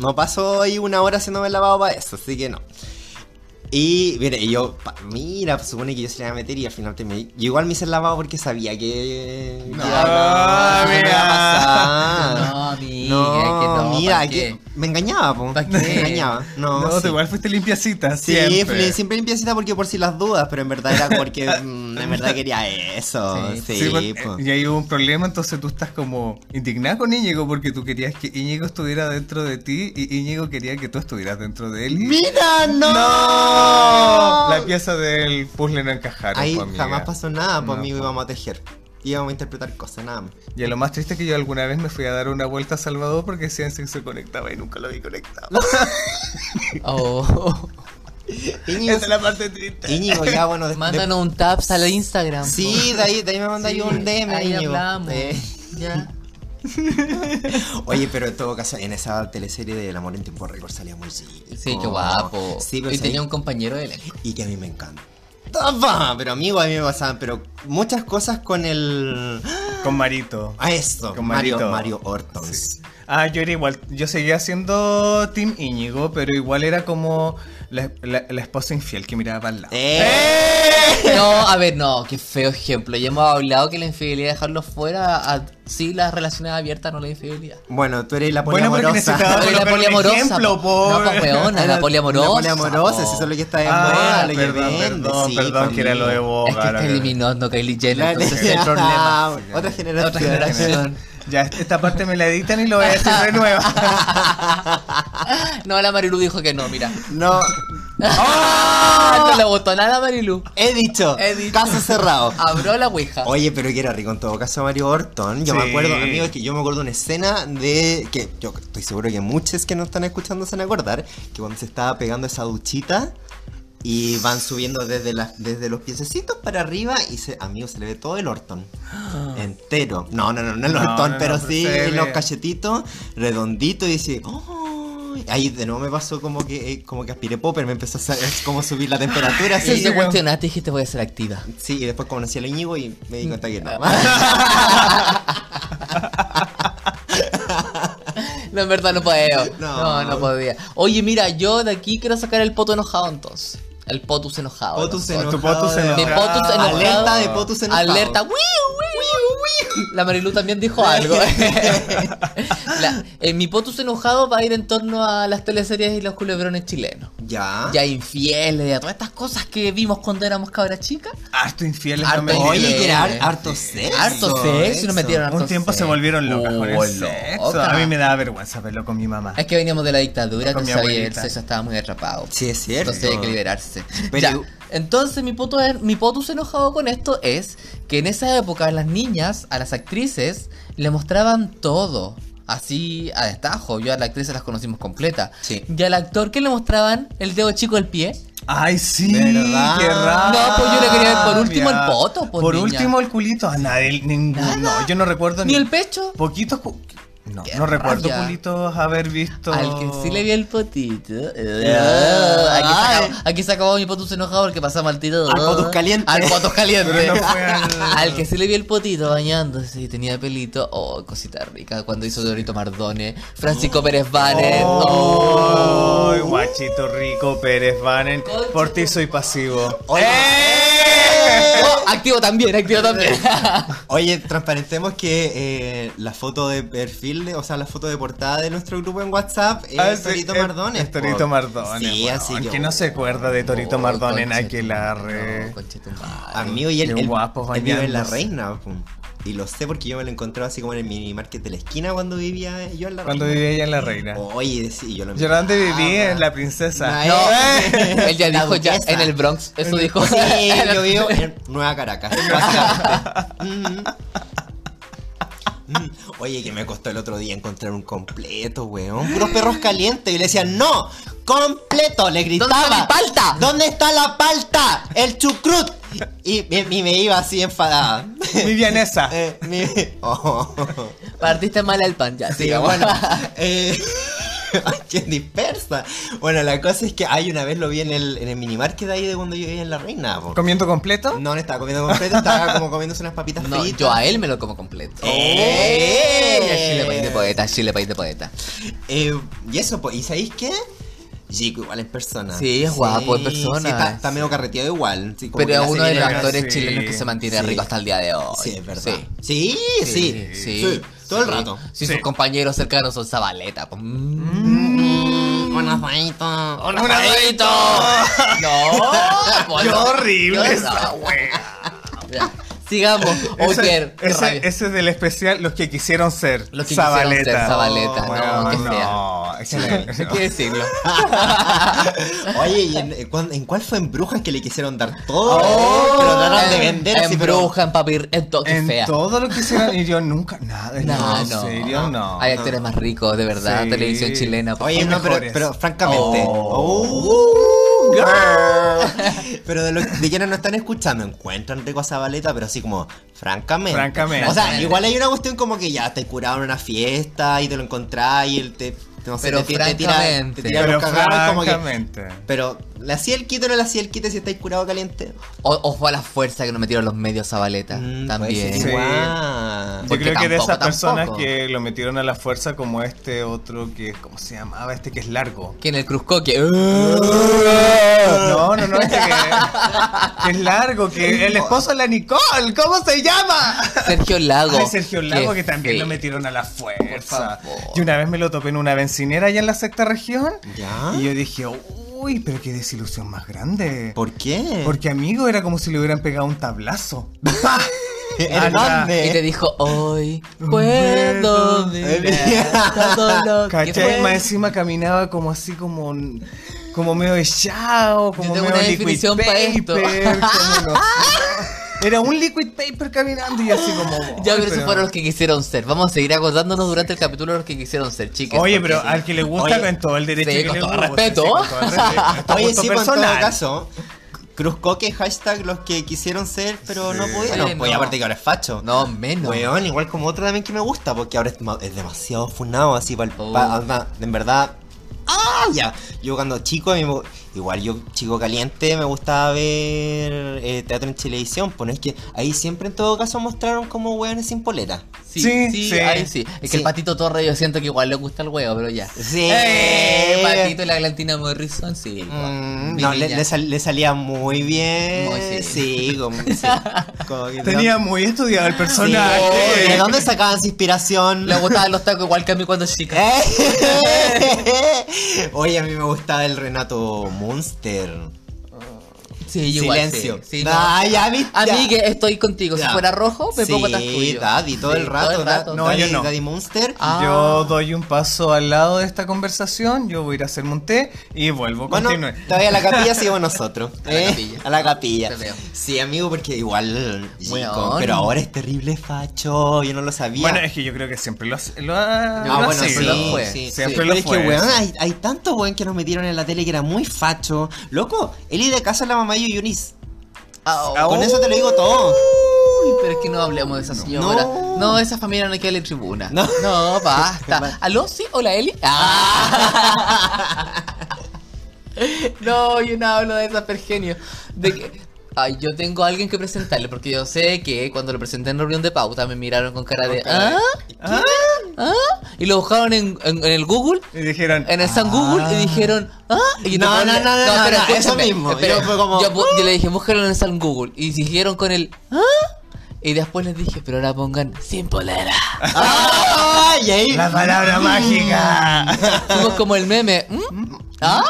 [SPEAKER 1] no pasó ahí una hora haciéndome el lavado para eso, así que no. Y mira, y yo, pa- mira, pues, supone que yo se le iba a meter y al final te me. Yo igual me hice el lavado porque sabía que.
[SPEAKER 2] No,
[SPEAKER 1] que iba a- que me iba a
[SPEAKER 2] mira.
[SPEAKER 1] pasar.
[SPEAKER 3] No, amiga,
[SPEAKER 1] Ah, No,
[SPEAKER 3] que no.
[SPEAKER 1] mira, mentira,
[SPEAKER 3] ¿pa'
[SPEAKER 1] que
[SPEAKER 3] qué?
[SPEAKER 1] me engañaba, po.
[SPEAKER 3] ¿Pa'
[SPEAKER 1] Me
[SPEAKER 3] qué?
[SPEAKER 1] engañaba. No,
[SPEAKER 2] No, tú
[SPEAKER 1] sí.
[SPEAKER 2] igual fuiste limpiacita,
[SPEAKER 1] Sí,
[SPEAKER 2] siempre.
[SPEAKER 1] fui- siempre limpiecita porque por si las dudas, pero en verdad era porque mm, en verdad quería eso. Sí, pues.
[SPEAKER 3] Sí.
[SPEAKER 2] Sí, pues, eh, porque-
[SPEAKER 1] po.
[SPEAKER 2] y ahí hubo un problema, entonces tú estás como indignada con Íñigo porque tú querías que Íñigo estuviera dentro de ti y Íñigo quería que tú estuvieras dentro de él. y-
[SPEAKER 1] ¡Mira, no!
[SPEAKER 2] La pieza del puzzle no encajaron.
[SPEAKER 1] Ahí
[SPEAKER 2] po, amiga.
[SPEAKER 1] jamás pasó nada, pues
[SPEAKER 2] No,
[SPEAKER 1] amigo,
[SPEAKER 2] po.
[SPEAKER 1] íbamos a tejer. Íbamos a interpretar cosas, nada más.
[SPEAKER 2] Y lo más triste es que yo alguna vez me fui a dar una vuelta a Salvador porque decían que se conectaba y nunca lo vi conectado.
[SPEAKER 3] Oh.
[SPEAKER 1] Íñigo,
[SPEAKER 2] Esa es la parte triste.
[SPEAKER 1] Íñigo, ya bueno, de- de-
[SPEAKER 3] Mándanos un taps al Instagram.
[SPEAKER 1] Sí, de ahí, de ahí me manda yo un DM,
[SPEAKER 3] Ahí
[SPEAKER 1] Íñigo.
[SPEAKER 3] hablamos.
[SPEAKER 1] Eh,
[SPEAKER 3] Ya.
[SPEAKER 1] Oye, pero en todo caso, en esa teleserie del amor en tiempo récord salía muy rico.
[SPEAKER 3] Sí, qué guapo.
[SPEAKER 1] Sí, pero
[SPEAKER 3] y
[SPEAKER 1] sí,
[SPEAKER 3] tenía un compañero de elenco.
[SPEAKER 1] y que a mí me encantaba. Pero amigo, a mí me pasaban, pero muchas cosas con el...
[SPEAKER 2] Con Marito.
[SPEAKER 1] A esto,
[SPEAKER 2] Con
[SPEAKER 1] Mario,
[SPEAKER 2] Marito.
[SPEAKER 1] Mario Orton.
[SPEAKER 2] Sí. Ah, yo era igual. Yo seguía siendo Team Íñigo, pero igual era como la, la- la esposa infiel que miraba al lado.
[SPEAKER 1] ¡Eh!
[SPEAKER 3] No, a ver, no, qué feo ejemplo. Ya hemos hablado que la infidelidad dejarlo fuera, a- sí, las relaciones abiertas no la infidelidad.
[SPEAKER 1] Bueno, tú eres la
[SPEAKER 2] Bueno, porque
[SPEAKER 1] poliamorosa.
[SPEAKER 2] necesitaba-
[SPEAKER 3] Pero la
[SPEAKER 2] colocar un
[SPEAKER 3] poliamorosa.
[SPEAKER 2] ejemplo,
[SPEAKER 3] po.
[SPEAKER 2] por-
[SPEAKER 3] No, pues weona, la poliamorosa.
[SPEAKER 1] La poliamorosa,
[SPEAKER 3] po.
[SPEAKER 1] si eso es lo que está de moda,
[SPEAKER 2] Ah,
[SPEAKER 1] lo que vende,
[SPEAKER 2] perdón, perdón,
[SPEAKER 1] sí,
[SPEAKER 2] perdón,
[SPEAKER 1] po,
[SPEAKER 2] que era lo de
[SPEAKER 1] amigo.
[SPEAKER 2] vos.
[SPEAKER 3] pues, Es que está eliminando Kylie Jenner,
[SPEAKER 1] La-
[SPEAKER 3] entonces es el problema.
[SPEAKER 1] Otra generación.
[SPEAKER 3] Otra generación.
[SPEAKER 2] Ya, este, esta parte me la editan y lo voy a decir de nuevo.
[SPEAKER 3] No, la Marilu dijo que no, mira.
[SPEAKER 1] No,
[SPEAKER 3] ¡Ah! No le votó nada a Marilu.
[SPEAKER 1] he dicho,
[SPEAKER 3] He dicho.
[SPEAKER 1] caso cerrado.
[SPEAKER 3] Abrió la ouija.
[SPEAKER 1] Oye, pero que era rico en todo caso Mario Orton. Yo me
[SPEAKER 2] Sí.
[SPEAKER 1] acuerdo, amigos, que yo me acuerdo una escena de que yo estoy seguro que muchos que nos están escuchando se van a acordar que cuando se estaba pegando esa duchita y van subiendo desde las desde los piececitos para arriba y se, amigo, se le ve todo el Orton entero. No, no, no, no el
[SPEAKER 2] No,
[SPEAKER 1] Orton,
[SPEAKER 2] no, no,
[SPEAKER 1] pero
[SPEAKER 2] pero
[SPEAKER 1] sí
[SPEAKER 2] se ve.
[SPEAKER 1] los cachetitos redonditos y dice, "Oh". Ahí de nuevo me pasó como que eh, como que aspiré popper, me empezó a sa- es como subir la temperatura
[SPEAKER 3] Sí,
[SPEAKER 1] así.
[SPEAKER 3] te cuestionaste y dijiste voy a ser activa.
[SPEAKER 1] Sí, y después conocí a Íñigo y me
[SPEAKER 2] Mm.
[SPEAKER 1] di cuenta que no.
[SPEAKER 3] Ah. No, en verdad no puedo.
[SPEAKER 1] No.
[SPEAKER 3] No, no, podía. Oye, mira, yo de aquí quiero sacar el poto enojado entonces. El potus enojado.
[SPEAKER 1] Potus
[SPEAKER 3] de nosotros.
[SPEAKER 1] enojado.
[SPEAKER 2] Tu potus
[SPEAKER 1] de-
[SPEAKER 2] enojado.
[SPEAKER 3] Mi potus enojado.
[SPEAKER 1] Alerta de potus enojado.
[SPEAKER 3] Alerta. ¡Wiu, wiu, wiu! La Marilu también dijo algo. La- eh, mi potus enojado va a ir en torno a las teleseries y los culebrones chilenos.
[SPEAKER 1] Ya.
[SPEAKER 3] Ya infieles, y a todas estas cosas que vimos cuando éramos cabras chicas.
[SPEAKER 2] Ah, Harto infieles
[SPEAKER 3] Harto
[SPEAKER 2] no me
[SPEAKER 3] infieles.
[SPEAKER 1] Oye,
[SPEAKER 2] digas.
[SPEAKER 1] que era
[SPEAKER 3] Sí.
[SPEAKER 1] harto sexo.
[SPEAKER 3] Harto sexo, y nos metieron harto
[SPEAKER 2] Un tiempo se
[SPEAKER 3] sexo.
[SPEAKER 2] volvieron locas con
[SPEAKER 3] Oh,
[SPEAKER 2] el sexo.
[SPEAKER 3] loca.
[SPEAKER 2] A mí me daba vergüenza verlo con mi mamá.
[SPEAKER 3] Es que veníamos de la dictadura,
[SPEAKER 2] Con
[SPEAKER 3] tú
[SPEAKER 2] mi
[SPEAKER 3] sabías, el
[SPEAKER 2] abuelita.
[SPEAKER 3] sexo estaba muy atrapado.
[SPEAKER 1] Sí, es cierto.
[SPEAKER 3] Entonces hay que liberarse.
[SPEAKER 1] Pero-
[SPEAKER 3] Ya, Entonces mi potus, mi potus enojado con esto es que en esa época a las niñas, a las actrices, le mostraban todo. Así a destajo. Yo a la actriz las conocimos completa.
[SPEAKER 1] Sí.
[SPEAKER 3] Y al actor que le mostraban el dedo chico del pie.
[SPEAKER 2] Ay, sí,
[SPEAKER 1] ¿Verdad?
[SPEAKER 2] qué raro.
[SPEAKER 3] No, pues yo le quería ver por último el poto, pues,
[SPEAKER 2] Por
[SPEAKER 3] niña.
[SPEAKER 2] último el culito. A nadie, ninguno. Yo no recuerdo
[SPEAKER 3] Ni el pecho.
[SPEAKER 2] Poquitos. cu- No,
[SPEAKER 3] Qué
[SPEAKER 2] no recuerdo
[SPEAKER 3] rabia.
[SPEAKER 2] culitos haber visto.
[SPEAKER 3] Al que sí le vi el potito.
[SPEAKER 1] Ah.
[SPEAKER 3] Aquí, se acabó, aquí se acabó mi potus enojado porque pasamos al tiro.
[SPEAKER 1] Al potus caliente.
[SPEAKER 3] Al potus caliente.
[SPEAKER 2] Pero no fue al-
[SPEAKER 3] Al que sí le vi el potito bañándose y tenía pelito. Oh, cosita rica. Cuando hizo Dorito Mardone. Francisco Pérez Vanes.
[SPEAKER 2] Oh, guachito rico Pérez Vanen.
[SPEAKER 3] Concha
[SPEAKER 2] Por ti soy pasivo. ¡Eh!
[SPEAKER 1] Oye,
[SPEAKER 3] Oh, activo también, activo también.
[SPEAKER 1] oye, transparentemos que eh, la foto de perfil, de- o sea, la foto de portada de nuestro grupo en WhatsApp es
[SPEAKER 3] eh,
[SPEAKER 2] Ah, sí,
[SPEAKER 1] Torito
[SPEAKER 2] es-
[SPEAKER 1] Mardones.
[SPEAKER 2] es Torito
[SPEAKER 1] po.
[SPEAKER 2] Mardones.
[SPEAKER 1] Sí,
[SPEAKER 2] weón.
[SPEAKER 1] así que.
[SPEAKER 2] ¿Quién no se acuerda de Torito
[SPEAKER 3] Oh,
[SPEAKER 2] Mardones en
[SPEAKER 3] concha tu madre,
[SPEAKER 2] Aquelarre?
[SPEAKER 3] no, concha tu madre.
[SPEAKER 1] Amigo, y él,
[SPEAKER 2] Qué
[SPEAKER 1] él-
[SPEAKER 2] guapos
[SPEAKER 1] él vive en La
[SPEAKER 2] bañándose.
[SPEAKER 1] Reina. po. Y lo sé porque yo me lo encontraba así como en el mini market de la esquina cuando vivía yo en La
[SPEAKER 2] Cuando
[SPEAKER 1] Reina.
[SPEAKER 2] vivía ella en La Reina.
[SPEAKER 1] Oye, sí, yo lo
[SPEAKER 2] Yo donde viví
[SPEAKER 1] miraba.
[SPEAKER 2] en La Princesa.
[SPEAKER 1] No, eh.
[SPEAKER 3] No, eh. él ya
[SPEAKER 1] La
[SPEAKER 3] dijo ya
[SPEAKER 1] duquesa.
[SPEAKER 3] en el Bronx. Eso dijo.
[SPEAKER 1] Sí, yo vivo en Nueva Caracas. básicamente. Mm. Mm. Oye, que me costó el otro día encontrar un completo, weón. Puros perros calientes. Y le decían, no, completo. Le gritaba.
[SPEAKER 3] ¿Dónde está mi palta?
[SPEAKER 1] ¿Dónde está la palta? El chucrut. Y, y- y me iba así enfadada.
[SPEAKER 2] Vivianesa.
[SPEAKER 1] Eh, mi- Oh.
[SPEAKER 3] Partiste mal al pan, ya.
[SPEAKER 1] Sí,
[SPEAKER 3] sigamos.
[SPEAKER 1] bueno. eh, ay, qué dispersa. Bueno, la cosa es que hay una vez lo vi en el, en el minimarket de ahí de cuando yo vivía en La Reina. po.
[SPEAKER 2] ¿Comiendo completo?
[SPEAKER 1] No, no estaba comiendo completo, estaba como comiéndose unas papitas
[SPEAKER 3] No,
[SPEAKER 1] fritas.
[SPEAKER 3] yo a él me lo como completo.
[SPEAKER 1] ¡Eh!
[SPEAKER 3] ¡Ey! Chile país de poeta, Chile país de poeta.
[SPEAKER 1] Eh, y eso, pues, ¿y sabéis qué? Jico igual en persona.
[SPEAKER 3] Sí, es guapo en persona.
[SPEAKER 1] sí, está, está medio carreteado igual. sí, como que
[SPEAKER 3] Pero
[SPEAKER 1] la
[SPEAKER 3] es uno de
[SPEAKER 1] serie
[SPEAKER 3] los
[SPEAKER 1] era-
[SPEAKER 2] Pero
[SPEAKER 3] actores
[SPEAKER 2] sí,
[SPEAKER 3] chilenos que se mantiene
[SPEAKER 1] sí.
[SPEAKER 3] rico hasta el día de hoy.
[SPEAKER 1] Sí, es verdad.
[SPEAKER 3] Sí.
[SPEAKER 1] Sí, sí.
[SPEAKER 3] Sí, sí.
[SPEAKER 1] Todo el rato.
[SPEAKER 3] Si
[SPEAKER 2] Sí.
[SPEAKER 3] sus compañeros cercanos son Zabaleta. pues, mm.
[SPEAKER 1] Mm, un asadito.
[SPEAKER 2] ¡Un
[SPEAKER 3] asadito! No, pues,
[SPEAKER 2] ¡Qué
[SPEAKER 3] no.
[SPEAKER 2] horrible
[SPEAKER 3] Yo
[SPEAKER 2] esa
[SPEAKER 3] no.
[SPEAKER 2] wea!
[SPEAKER 3] Ya, Sigamos.
[SPEAKER 2] Ese-
[SPEAKER 3] Oye, qué
[SPEAKER 2] ese,
[SPEAKER 3] rabia.
[SPEAKER 2] ese es del especial Los que quisieron ser.
[SPEAKER 3] Los que quisieron
[SPEAKER 2] Zabaleta.
[SPEAKER 3] ser Zabaleta, no,
[SPEAKER 2] weón,
[SPEAKER 3] qué fea.
[SPEAKER 2] no, es que-
[SPEAKER 3] Hay que decirlo.
[SPEAKER 1] Oye, ¿y en, eh, cuán- en cuál fue en Brujas que le quisieron dar todo?
[SPEAKER 2] Oh,
[SPEAKER 1] pero trataron de
[SPEAKER 3] En-
[SPEAKER 1] vender
[SPEAKER 3] en
[SPEAKER 1] así, pero-
[SPEAKER 3] bruja, en papir, en todo, qué
[SPEAKER 2] en
[SPEAKER 3] fea.
[SPEAKER 2] todo lo que hicieron y yo nunca nada.
[SPEAKER 3] No,
[SPEAKER 2] No, en
[SPEAKER 3] no.
[SPEAKER 2] serio, no.
[SPEAKER 3] Hay actores más ricos, de verdad.
[SPEAKER 2] Sí.
[SPEAKER 3] Televisión chilena. por
[SPEAKER 1] Oye,
[SPEAKER 2] Son
[SPEAKER 3] favor.
[SPEAKER 1] no, pero,
[SPEAKER 2] mejores.
[SPEAKER 1] pero francamente.
[SPEAKER 2] Oh.
[SPEAKER 1] Oh, girl. Pero de, lo- de quienes no están escuchando, encuentran rico a Zabaleta, pero así como, francamente.
[SPEAKER 2] Francamente.
[SPEAKER 1] O sea, igual hay una cuestión como que ya te curaron una fiesta y te lo encontrás y él te. No sé,
[SPEAKER 3] Pero
[SPEAKER 1] te, te tira-
[SPEAKER 3] francamente.
[SPEAKER 1] te tira
[SPEAKER 2] Pero
[SPEAKER 1] los cagados como que-
[SPEAKER 2] francamente.
[SPEAKER 1] Pero, ¿le hacía el quito o no le hacía el quite si estáis curado caliente?
[SPEAKER 3] O, o fue a la fuerza que nos metieron los medios Zabaleta.
[SPEAKER 1] Mm,
[SPEAKER 3] también.
[SPEAKER 1] puede ser
[SPEAKER 2] pues Sí.
[SPEAKER 1] igual.
[SPEAKER 2] Yo
[SPEAKER 3] Porque
[SPEAKER 2] creo que de
[SPEAKER 3] tampoco,
[SPEAKER 2] esas personas
[SPEAKER 3] tampoco.
[SPEAKER 2] que lo metieron a la fuerza como este otro que, ¿cómo se llamaba? Este que es largo.
[SPEAKER 3] Que en el ¡Ah! Cruzco que.
[SPEAKER 2] No, no, no, este que, que es largo, que el esposo de la Nicole, ¿cómo se llama?
[SPEAKER 3] Sergio Lago.
[SPEAKER 2] Ay, Sergio Lago,
[SPEAKER 3] Qué
[SPEAKER 2] que también
[SPEAKER 3] feo.
[SPEAKER 2] lo metieron a la fuerza.
[SPEAKER 3] Por favor.
[SPEAKER 2] Y una vez me lo topé en una bencinera allá en la sexta región.
[SPEAKER 1] ¿Ya?
[SPEAKER 2] Y yo dije, uy, pero qué desilusión más grande.
[SPEAKER 1] ¿Por qué?
[SPEAKER 2] Porque amigo era como si le hubieran pegado un tablazo.
[SPEAKER 1] ¿En
[SPEAKER 2] Anda.
[SPEAKER 1] dónde?
[SPEAKER 3] Y te dijo, hoy
[SPEAKER 2] Puedo
[SPEAKER 3] puedo
[SPEAKER 2] Eh,
[SPEAKER 3] mirar todo lo que
[SPEAKER 2] ¿Cachai?
[SPEAKER 3] fue".
[SPEAKER 2] Más encima caminaba como así como como medio echado, como
[SPEAKER 3] Yo tengo
[SPEAKER 2] medio
[SPEAKER 3] una
[SPEAKER 2] liquid
[SPEAKER 3] definición pa'
[SPEAKER 2] paper,
[SPEAKER 3] esto.
[SPEAKER 2] como no sé. Era un liquid paper caminando y así como.
[SPEAKER 3] Ya,
[SPEAKER 2] "Ay,
[SPEAKER 3] pero esos fueron los que quisieron ser. Vamos a seguir acordándonos durante el capítulo de los que quisieron ser, chicas.
[SPEAKER 2] Oye, pero
[SPEAKER 3] porque-
[SPEAKER 2] al que le gusta
[SPEAKER 1] Oye,
[SPEAKER 2] con todo el derecho
[SPEAKER 3] sí,
[SPEAKER 2] que
[SPEAKER 3] con
[SPEAKER 2] le
[SPEAKER 3] todo
[SPEAKER 2] gusta,
[SPEAKER 3] respeto.
[SPEAKER 2] sí, con todo el respeto.
[SPEAKER 1] Oye,
[SPEAKER 2] Gusto
[SPEAKER 1] sí, pues en todo
[SPEAKER 2] personal.
[SPEAKER 1] caso, Cruzcoque, hashtag los que quisieron ser, pero
[SPEAKER 2] Sí.
[SPEAKER 1] no pudieron.
[SPEAKER 3] Oye,
[SPEAKER 1] Pues
[SPEAKER 3] no.
[SPEAKER 1] aparte que ahora es facho.
[SPEAKER 3] No, menos.
[SPEAKER 1] Weón, igual como otro también que me gusta, porque ahora es, ma- es demasiado funado, así para
[SPEAKER 3] Oh.
[SPEAKER 1] En verdad. ¡Ah! Ya. Yo cuando chico, a mí me- igual yo, chico caliente, me gustaba ver eh, teatro en televisión. Pues no es que ahí siempre, en todo caso, mostraron como weones sin polera.
[SPEAKER 3] Sí,
[SPEAKER 2] Sí,
[SPEAKER 3] sí,
[SPEAKER 2] sí.
[SPEAKER 3] ahí sí. Es
[SPEAKER 1] Sí.
[SPEAKER 3] que el patito Torre yo siento que igual le gusta el huevo, pero ya.
[SPEAKER 1] Sí.
[SPEAKER 3] Eh, patito y la Glantina Morrison, sí.
[SPEAKER 1] Mm,
[SPEAKER 3] Mi
[SPEAKER 1] no, le,
[SPEAKER 3] niña.
[SPEAKER 1] le sal- le salía muy bien.
[SPEAKER 3] Muy bien.
[SPEAKER 1] Sí, como, sí. Como que-
[SPEAKER 2] Tenía muy estudiado el
[SPEAKER 1] Sí.
[SPEAKER 2] personaje.
[SPEAKER 1] ¿De dónde sacaban su inspiración?
[SPEAKER 3] Le gustaban los tacos igual que a mí cuando chica.
[SPEAKER 1] ¿Eh? Oye, a mí me gustaba el Renato Munster.
[SPEAKER 3] Sí, igual.
[SPEAKER 1] Silencio.
[SPEAKER 3] Sí, sí,
[SPEAKER 1] Ah, ya
[SPEAKER 3] no. Amigue, estoy contigo.
[SPEAKER 1] Ya.
[SPEAKER 3] Si fuera rojo, me
[SPEAKER 1] sí,
[SPEAKER 3] pongo atrás tuyo.
[SPEAKER 1] Daddy, todo
[SPEAKER 3] Sí,
[SPEAKER 1] el rato. da-
[SPEAKER 2] No,
[SPEAKER 1] daddy,
[SPEAKER 2] yo no.
[SPEAKER 1] Daddy Munster.
[SPEAKER 3] Ah.
[SPEAKER 2] Yo doy un paso al lado de esta conversación, yo voy a ir a hacerme un té y vuelvo.
[SPEAKER 1] Bueno,
[SPEAKER 2] Continúe.
[SPEAKER 1] todavía a la capilla seguimos nosotros.
[SPEAKER 3] A la
[SPEAKER 1] ¿eh?
[SPEAKER 3] capilla.
[SPEAKER 1] A la capilla.
[SPEAKER 3] Te veo.
[SPEAKER 1] Sí, amigo, porque igual. chico,
[SPEAKER 3] Weón.
[SPEAKER 1] pero ahora es terrible facho. Yo no lo sabía.
[SPEAKER 2] Bueno, es que yo creo que siempre lo, ha- lo ha...
[SPEAKER 1] Ah,
[SPEAKER 2] lo ha
[SPEAKER 1] bueno, sí,
[SPEAKER 2] sido.
[SPEAKER 3] siempre lo fue.
[SPEAKER 1] sí.
[SPEAKER 2] Siempre
[SPEAKER 1] Sí.
[SPEAKER 2] lo
[SPEAKER 1] Pero es que,
[SPEAKER 2] fue.
[SPEAKER 1] weón, ah, hay, hay tantos weón que nos metieron en la tele que era muy facho. Loco, Eli de casa es la mamá de Yuyunis.
[SPEAKER 3] Ah,
[SPEAKER 2] Ah,
[SPEAKER 1] Con eso te lo digo todo.
[SPEAKER 3] Uy, pero es que no hablemos de esa señora.
[SPEAKER 1] No.
[SPEAKER 3] No, esa familia no hay que darle tribuna.
[SPEAKER 1] No.
[SPEAKER 3] No, basta. ¿Aló? ¿Sí? ¿Hola, Eli? Ah. No, yo no hablo de esa pergenio. De que... Ay, yo tengo a alguien que presentarle, porque yo sé que cuando lo presenté en reunión de pauta me miraron con cara de...
[SPEAKER 2] cara de-
[SPEAKER 3] ¿Ah?
[SPEAKER 2] Ah,
[SPEAKER 3] ¿Ah? Y lo buscaron en, en- en el Google,
[SPEAKER 2] Y dijeron... "Ah,
[SPEAKER 3] en el San Google, y dijeron... ¿Ah? Y
[SPEAKER 1] No,
[SPEAKER 3] te-
[SPEAKER 1] no, no, no, no,
[SPEAKER 3] pero
[SPEAKER 1] no, eso
[SPEAKER 3] escúchame,
[SPEAKER 1] mismo.
[SPEAKER 3] espera.
[SPEAKER 1] Yo fue como- "Uh".
[SPEAKER 3] Yo, pu- yo le dije, búscalo en el San Google. Y siguieron con el... ¿Ah? Y después les dije, pero ahora pongan sin polera. ah.
[SPEAKER 1] ¡Ay, y ahí!
[SPEAKER 2] La palabra
[SPEAKER 1] ah,
[SPEAKER 2] mágica.
[SPEAKER 3] Fuimos como el meme. ¿Mm? ¿Ah?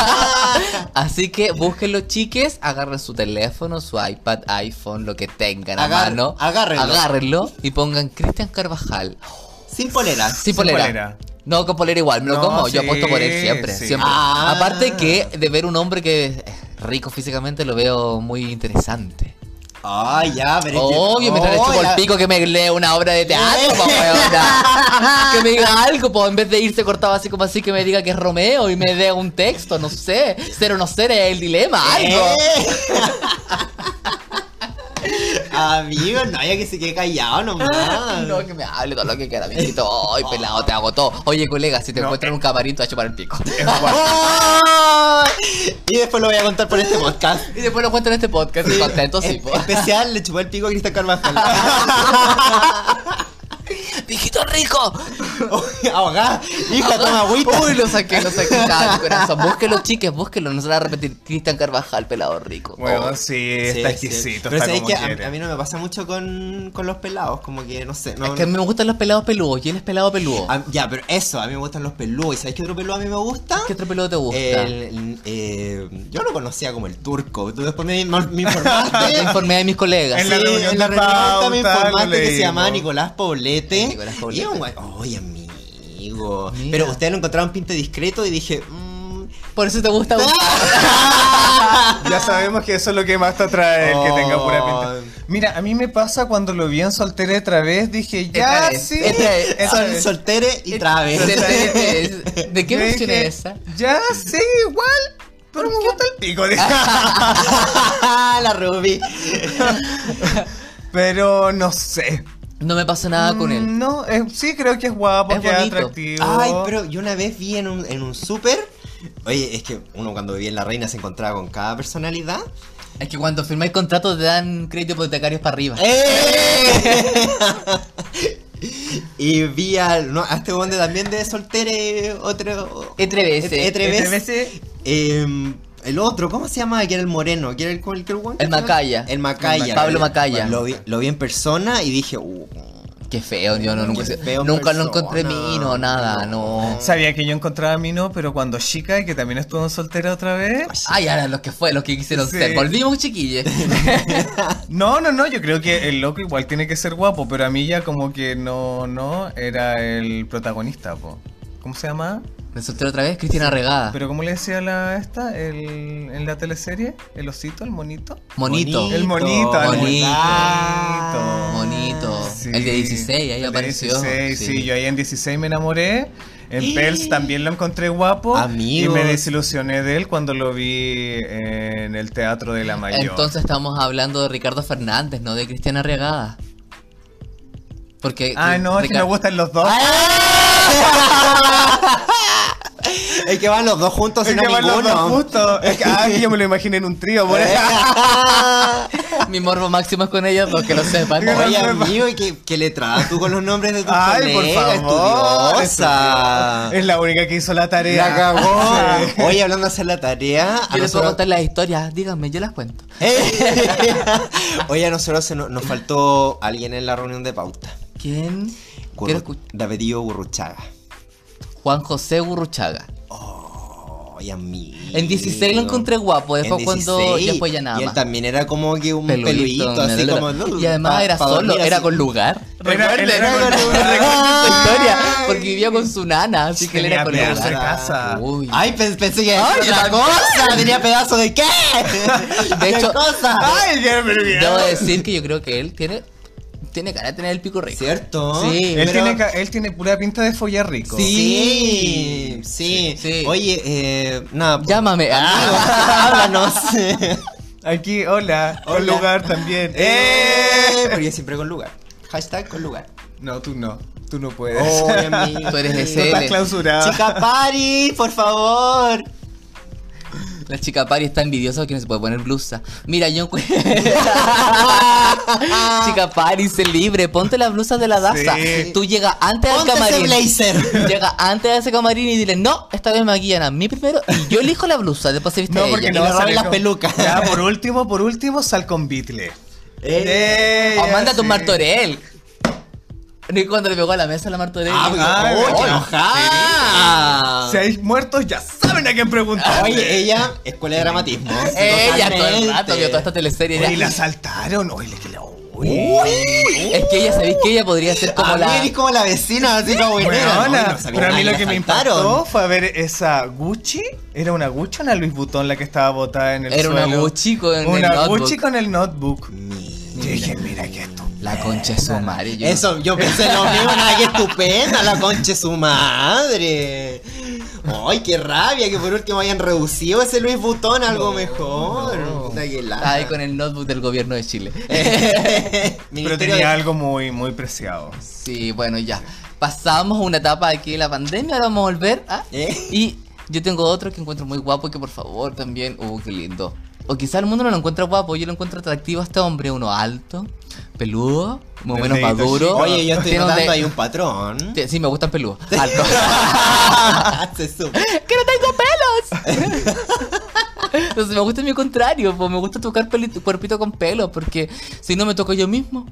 [SPEAKER 3] Así que búsquenlo, chiques. Agarren su teléfono, su iPad, iPhone, lo que tengan a
[SPEAKER 1] Agar-
[SPEAKER 3] mano.
[SPEAKER 1] agárrenlo.
[SPEAKER 3] Agárrenlo y pongan Cristian Carvajal.
[SPEAKER 1] Sin polera.
[SPEAKER 3] Sin polera.
[SPEAKER 2] polera.
[SPEAKER 3] No, con polera igual, me lo
[SPEAKER 2] No,
[SPEAKER 3] como. Yo
[SPEAKER 2] sí,
[SPEAKER 3] apuesto por él siempre.
[SPEAKER 2] sí.
[SPEAKER 3] siempre.
[SPEAKER 1] Ah.
[SPEAKER 3] Aparte que de ver un hombre que es rico físicamente lo veo muy interesante.
[SPEAKER 1] Ay, ya, pero. es que-
[SPEAKER 3] Obvio, me estaré
[SPEAKER 1] Oh,
[SPEAKER 3] chupo el
[SPEAKER 1] ya.
[SPEAKER 3] pico que me lee una obra de teatro, po, weona. Que me diga algo, po, en vez de irse cortado así como así, que me diga que es Romeo y me dé un texto, no sé. Ser o no ser es el dilema, algo.
[SPEAKER 1] Eh. Amigo, no, ya que se quede callado nomás.
[SPEAKER 3] No, que me hable todo lo que quiera, mijito. Ay, pelado, te hago todo. Oye, colega, si te
[SPEAKER 2] No,
[SPEAKER 3] encuentras en un camarín, te vas a chupar el pico.
[SPEAKER 1] ah, Ay, Y después lo voy a contar por este podcast.
[SPEAKER 3] Y después lo cuento en este podcast, y contento, sí,
[SPEAKER 1] En-
[SPEAKER 3] po.
[SPEAKER 1] especial, le chupó el pico a Cristian Carvajal.
[SPEAKER 3] viejito rico.
[SPEAKER 1] Uy, Ahogá, hija, toma agüita.
[SPEAKER 3] Uy, lo saqué, lo saqué. Estaba en mi corazón. Búsquelo, chiques, búsquelo. No se lo va a repetir. Cristian Carvajal, pelado rico.
[SPEAKER 2] Bueno, sí, está
[SPEAKER 1] oh. Sí, sí.
[SPEAKER 2] exquisito.
[SPEAKER 1] Pero
[SPEAKER 2] está
[SPEAKER 1] sabéis
[SPEAKER 2] como
[SPEAKER 1] que a,
[SPEAKER 2] quiere.
[SPEAKER 1] a mí no me pasa mucho con, con los pelados, como que no sé. No,
[SPEAKER 3] es que a mí me gustan los pelados peludos. ¿Quién es pelado peludo?
[SPEAKER 1] Ah, ya, pero eso, a mí me gustan los peludos. ¿Y sabéis qué otro peludo a mí me gusta?
[SPEAKER 3] ¿Qué otro peludo te gusta?
[SPEAKER 1] El- eh, yo lo conocía como el turco. Tú después me, me
[SPEAKER 3] Te
[SPEAKER 1] informaste.
[SPEAKER 3] informé de mis colegas.
[SPEAKER 2] En la
[SPEAKER 1] Sí,
[SPEAKER 2] reunión
[SPEAKER 1] en la
[SPEAKER 2] de
[SPEAKER 1] reunión me
[SPEAKER 2] pauta, lo
[SPEAKER 1] informaste que se llamaba
[SPEAKER 2] leímos.
[SPEAKER 1] Nicolás Poblete.
[SPEAKER 3] Sí, Nicolás Poblete.
[SPEAKER 1] Y un guay- Ay, amigo.
[SPEAKER 3] Mira.
[SPEAKER 1] Pero ustedes lo encontraron pinte discreto y dije. mm,
[SPEAKER 3] Por eso te gusta.
[SPEAKER 2] Ya sabemos que eso es lo que más te atrae, el que tenga pura
[SPEAKER 1] Oh.
[SPEAKER 2] pinta. Mira, a mí me pasa cuando lo vi en Soltera de Través, dije, ya,
[SPEAKER 3] Otra vez,
[SPEAKER 2] Ah, sí.
[SPEAKER 3] otra vez.
[SPEAKER 2] Otra
[SPEAKER 1] Son
[SPEAKER 2] vez.
[SPEAKER 1] soltere y traves.
[SPEAKER 3] ¿De qué
[SPEAKER 2] Yo
[SPEAKER 3] versión
[SPEAKER 2] dije,
[SPEAKER 3] es esa?
[SPEAKER 2] Ya, sí, igual. Pero me gusta el pico. dije.
[SPEAKER 1] la Ruby.
[SPEAKER 2] pero no sé.
[SPEAKER 3] No me pasó nada con él.
[SPEAKER 2] Mm, No, eh, sí creo que es guapo,
[SPEAKER 3] Es
[SPEAKER 2] que es
[SPEAKER 3] bonito.
[SPEAKER 2] atractivo.
[SPEAKER 1] Ay, pero yo una vez vi en un, en un súper. Oye, es que uno cuando vivía en La Reina se encontraba con cada personalidad.
[SPEAKER 3] Es que cuando firmáis contratos te dan crédito hipotecarios para arriba.
[SPEAKER 1] Eh.
[SPEAKER 3] ¡Eh!
[SPEAKER 1] y vi al. No, a este bonde también de soltere. Otro.
[SPEAKER 3] E3BS.
[SPEAKER 1] E- E3BS.
[SPEAKER 2] Este E3BS.
[SPEAKER 1] Em, el otro, ¿cómo se llamaba? Que era el moreno. Que era el, el, el, guan que
[SPEAKER 3] El
[SPEAKER 1] estaba-
[SPEAKER 3] Macaya.
[SPEAKER 1] El Macaya.
[SPEAKER 3] El Pablo Macaya.
[SPEAKER 1] Lo vi, lo vi en persona y dije. Uh,
[SPEAKER 3] Qué feo, yo no, nunca,
[SPEAKER 1] Qué feo
[SPEAKER 3] nunca
[SPEAKER 1] persona.
[SPEAKER 3] lo encontré mino, nada, no.
[SPEAKER 2] Sabía que yo encontraba a mí no, pero cuando chica, que también estuvo en soltera otra vez.
[SPEAKER 3] Ay, ahora los que fue, los que quisieron
[SPEAKER 2] Sí.
[SPEAKER 3] ser. Volvimos, chiquillos.
[SPEAKER 2] No, no, no, yo creo que el loco igual tiene que ser guapo, pero a mí ya como que no, no, era el protagonista, po. ¿Cómo se llama?
[SPEAKER 3] Me solté otra vez, Cristina Regada.
[SPEAKER 2] ¿Pero cómo le decía la esta? El, en la teleserie, el osito, el monito.
[SPEAKER 3] Monito.
[SPEAKER 2] El monito, el
[SPEAKER 3] Monito.
[SPEAKER 2] monito.
[SPEAKER 3] Monito.
[SPEAKER 2] Sí.
[SPEAKER 3] El de 16, ahí
[SPEAKER 2] El de
[SPEAKER 3] apareció.
[SPEAKER 2] 16, sí.
[SPEAKER 3] Sí. ¡Eh!
[SPEAKER 2] yo ahí en 16 me enamoré. En Pels también lo encontré guapo.
[SPEAKER 1] Amigos.
[SPEAKER 2] Y me desilusioné de él cuando lo vi eh, en el Teatro de la Mayor.
[SPEAKER 3] Entonces estamos hablando de Ricardo Fernández, no de Cristiana Regada. Porque.
[SPEAKER 2] ah, no, es que
[SPEAKER 3] Rica-
[SPEAKER 2] me gustan los dos.
[SPEAKER 3] Ah,
[SPEAKER 1] Es que van los dos juntos
[SPEAKER 2] Es
[SPEAKER 1] y no
[SPEAKER 2] que van los
[SPEAKER 1] ninguno.
[SPEAKER 2] dos justo. Es que, ah, yo me lo imaginé en un trío.
[SPEAKER 3] Eh.
[SPEAKER 2] por eso.
[SPEAKER 3] Mi morbo máximo es con ellos, porque lo sepan.
[SPEAKER 2] Yo no
[SPEAKER 1] Oye,
[SPEAKER 2] me-
[SPEAKER 1] amigo, ¿y qué, qué le traes tú con los nombres de tus
[SPEAKER 2] Ay, por
[SPEAKER 1] colegas,
[SPEAKER 2] favor.
[SPEAKER 1] estudiosa?
[SPEAKER 2] Es la única que hizo la tarea.
[SPEAKER 1] La cagó. Oye, hablando de hacer la tarea, a
[SPEAKER 3] Yo les puedo
[SPEAKER 1] nosotros-
[SPEAKER 3] contar las historias, díganme, yo las cuento.
[SPEAKER 1] ¡Eh! Oye, a nosotros se nos, nos faltó alguien en la reunión de pauta.
[SPEAKER 3] ¿Quién? Quiero
[SPEAKER 1] Burru...
[SPEAKER 3] escuchar.
[SPEAKER 1] Davidillo Burruchaga.
[SPEAKER 3] Juan José Burruchaga.
[SPEAKER 1] Oye, amigo.
[SPEAKER 3] En 16 lo encontré guapo,
[SPEAKER 1] En
[SPEAKER 3] después Pues cuando.
[SPEAKER 1] 16,
[SPEAKER 3] Después ya nada
[SPEAKER 1] Y él
[SPEAKER 3] más.
[SPEAKER 1] también era como que un peludito, así
[SPEAKER 3] medio-
[SPEAKER 1] como.
[SPEAKER 3] Y además
[SPEAKER 1] pa-
[SPEAKER 3] era
[SPEAKER 1] pa
[SPEAKER 3] solo,
[SPEAKER 1] dormir
[SPEAKER 3] era
[SPEAKER 1] así.
[SPEAKER 3] con lugar.
[SPEAKER 2] Era-
[SPEAKER 3] Recuerden,
[SPEAKER 2] era con
[SPEAKER 3] recuerden-
[SPEAKER 2] lugar.
[SPEAKER 3] recuerden su historia.
[SPEAKER 2] Ay.
[SPEAKER 3] Porque vivía con su nana, así que él era
[SPEAKER 2] Tenía
[SPEAKER 3] con
[SPEAKER 2] pedazo de
[SPEAKER 3] lugar.
[SPEAKER 2] casa.
[SPEAKER 3] Uy.
[SPEAKER 1] Ay, pe- pensé que
[SPEAKER 3] Ay, yo
[SPEAKER 1] era otra
[SPEAKER 3] también.
[SPEAKER 1] cosa. Tenía pedazo de qué.
[SPEAKER 3] De hecho-
[SPEAKER 1] cosa.
[SPEAKER 2] Ay, ya me olvidé.
[SPEAKER 3] Debo decir que yo creo que él tiene. Tiene cara de tener el pico rico.
[SPEAKER 1] ¿Cierto?
[SPEAKER 3] Sí.
[SPEAKER 2] Él,
[SPEAKER 1] Pero-
[SPEAKER 2] tiene, ca- él tiene pura pinta de follar rico.
[SPEAKER 1] Sí, sí,
[SPEAKER 3] Sí.
[SPEAKER 1] Oye, eh, nada. pues,
[SPEAKER 3] Llámame.
[SPEAKER 1] amigos,
[SPEAKER 3] Ah,
[SPEAKER 1] Háblanos. Eh,
[SPEAKER 2] Aquí, hola. Con
[SPEAKER 1] Hola.
[SPEAKER 2] lugar también.
[SPEAKER 1] eh,
[SPEAKER 2] ¡Eh!
[SPEAKER 1] pero yo siempre con lugar. Hashtag con lugar.
[SPEAKER 2] No, tú no. Tú no puedes.
[SPEAKER 1] Oh, amigo.
[SPEAKER 3] Tú eres de
[SPEAKER 2] Tú estás
[SPEAKER 3] CL.
[SPEAKER 2] clausurada.
[SPEAKER 1] Chica Pari, por favor.
[SPEAKER 3] La chica Pari está envidiosa que no se puede poner blusa. Mira, yo encu- chica Pari, sé libre. Ponte la blusa de la Daza.
[SPEAKER 2] Sí.
[SPEAKER 3] Tú llegas antes al
[SPEAKER 1] Ponte ese
[SPEAKER 3] camarín.
[SPEAKER 1] blazer.
[SPEAKER 3] Llega antes de ese camarín y dile, no, esta vez me maquillan a mí primero y yo elijo la blusa, después se viste
[SPEAKER 2] No,
[SPEAKER 3] ella.
[SPEAKER 2] porque
[SPEAKER 1] y
[SPEAKER 2] no
[SPEAKER 1] le
[SPEAKER 2] va a
[SPEAKER 1] roben
[SPEAKER 2] salir
[SPEAKER 1] las
[SPEAKER 2] como-
[SPEAKER 1] pelucas.
[SPEAKER 2] Ya, por último, por último, sal con Beatle. Eh,
[SPEAKER 3] O
[SPEAKER 2] ya,
[SPEAKER 3] mándate un
[SPEAKER 2] sí.
[SPEAKER 3] martorell. Ni cuando le pegó a la mesa la martorell.
[SPEAKER 1] Ah, porque-
[SPEAKER 2] Ay,
[SPEAKER 1] ¡Oye,
[SPEAKER 2] bueno.
[SPEAKER 1] enojada!
[SPEAKER 2] Si hay muertos, ya saben a quién preguntar.
[SPEAKER 1] Oye,
[SPEAKER 3] eh,
[SPEAKER 1] ella, escuela de dramatismo.
[SPEAKER 3] ella todo el
[SPEAKER 1] totalmente.
[SPEAKER 3] rato vio toda esta teleserie.
[SPEAKER 2] Oye,
[SPEAKER 3] era-
[SPEAKER 2] la saltaron. Oye, que la. Uy.
[SPEAKER 1] Uy.
[SPEAKER 3] Es que ella, ¿sabéis que ella podría ser como
[SPEAKER 1] a mí
[SPEAKER 3] la...
[SPEAKER 1] eres como la vecina, así como buenera,
[SPEAKER 2] Weona,
[SPEAKER 1] ¿no? No sabía
[SPEAKER 2] pero a mí
[SPEAKER 1] nada,
[SPEAKER 2] lo que
[SPEAKER 1] la
[SPEAKER 2] me
[SPEAKER 1] saltaron.
[SPEAKER 2] impactó fue ver esa Gucci. ¿Era una Gucci o una Luis Butón la que estaba botada en el
[SPEAKER 3] Era una
[SPEAKER 2] suelo?
[SPEAKER 3] Gucci con el
[SPEAKER 2] Una
[SPEAKER 3] notebook.
[SPEAKER 2] Gucci con el notebook.
[SPEAKER 1] Mi-
[SPEAKER 2] Yo dije, mira que esto.
[SPEAKER 3] La concha de su madre. yo-
[SPEAKER 1] Eso, yo pensé lo mismo, nada, que estupenda la concha de su madre. Ay, qué rabia que por último hayan reducido ese Luis Butón a algo mejor. Puta que lata.
[SPEAKER 3] Está ahí con el notebook del gobierno de Chile.
[SPEAKER 2] Pero
[SPEAKER 1] Ministerio
[SPEAKER 2] tenía
[SPEAKER 1] de-
[SPEAKER 2] algo muy, muy preciado.
[SPEAKER 3] Sí, bueno, ya. Pasamos una etapa aquí de la pandemia, ahora vamos a volver. ¿ah?
[SPEAKER 1] ¿Eh?
[SPEAKER 3] Y yo tengo otro que encuentro muy guapo, que por favor también, uh, qué lindo. o quizá el mundo no lo encuentra guapo, yo lo encuentro atractivo a este hombre, uno alto, peludo, más o menos
[SPEAKER 2] Delgadito,
[SPEAKER 3] maduro.
[SPEAKER 2] chico.
[SPEAKER 1] Oye, yo estoy
[SPEAKER 3] tiene un
[SPEAKER 1] notando
[SPEAKER 3] de-
[SPEAKER 1] ahí un patrón.
[SPEAKER 3] te- Sí, me gustan peludos. Alto.
[SPEAKER 1] Se supo.
[SPEAKER 3] ¡Que no tengo pelos! Entonces me gusta mi contrario, pues me gusta tocar peli- cuerpito con pelo, porque si no me toco yo mismo.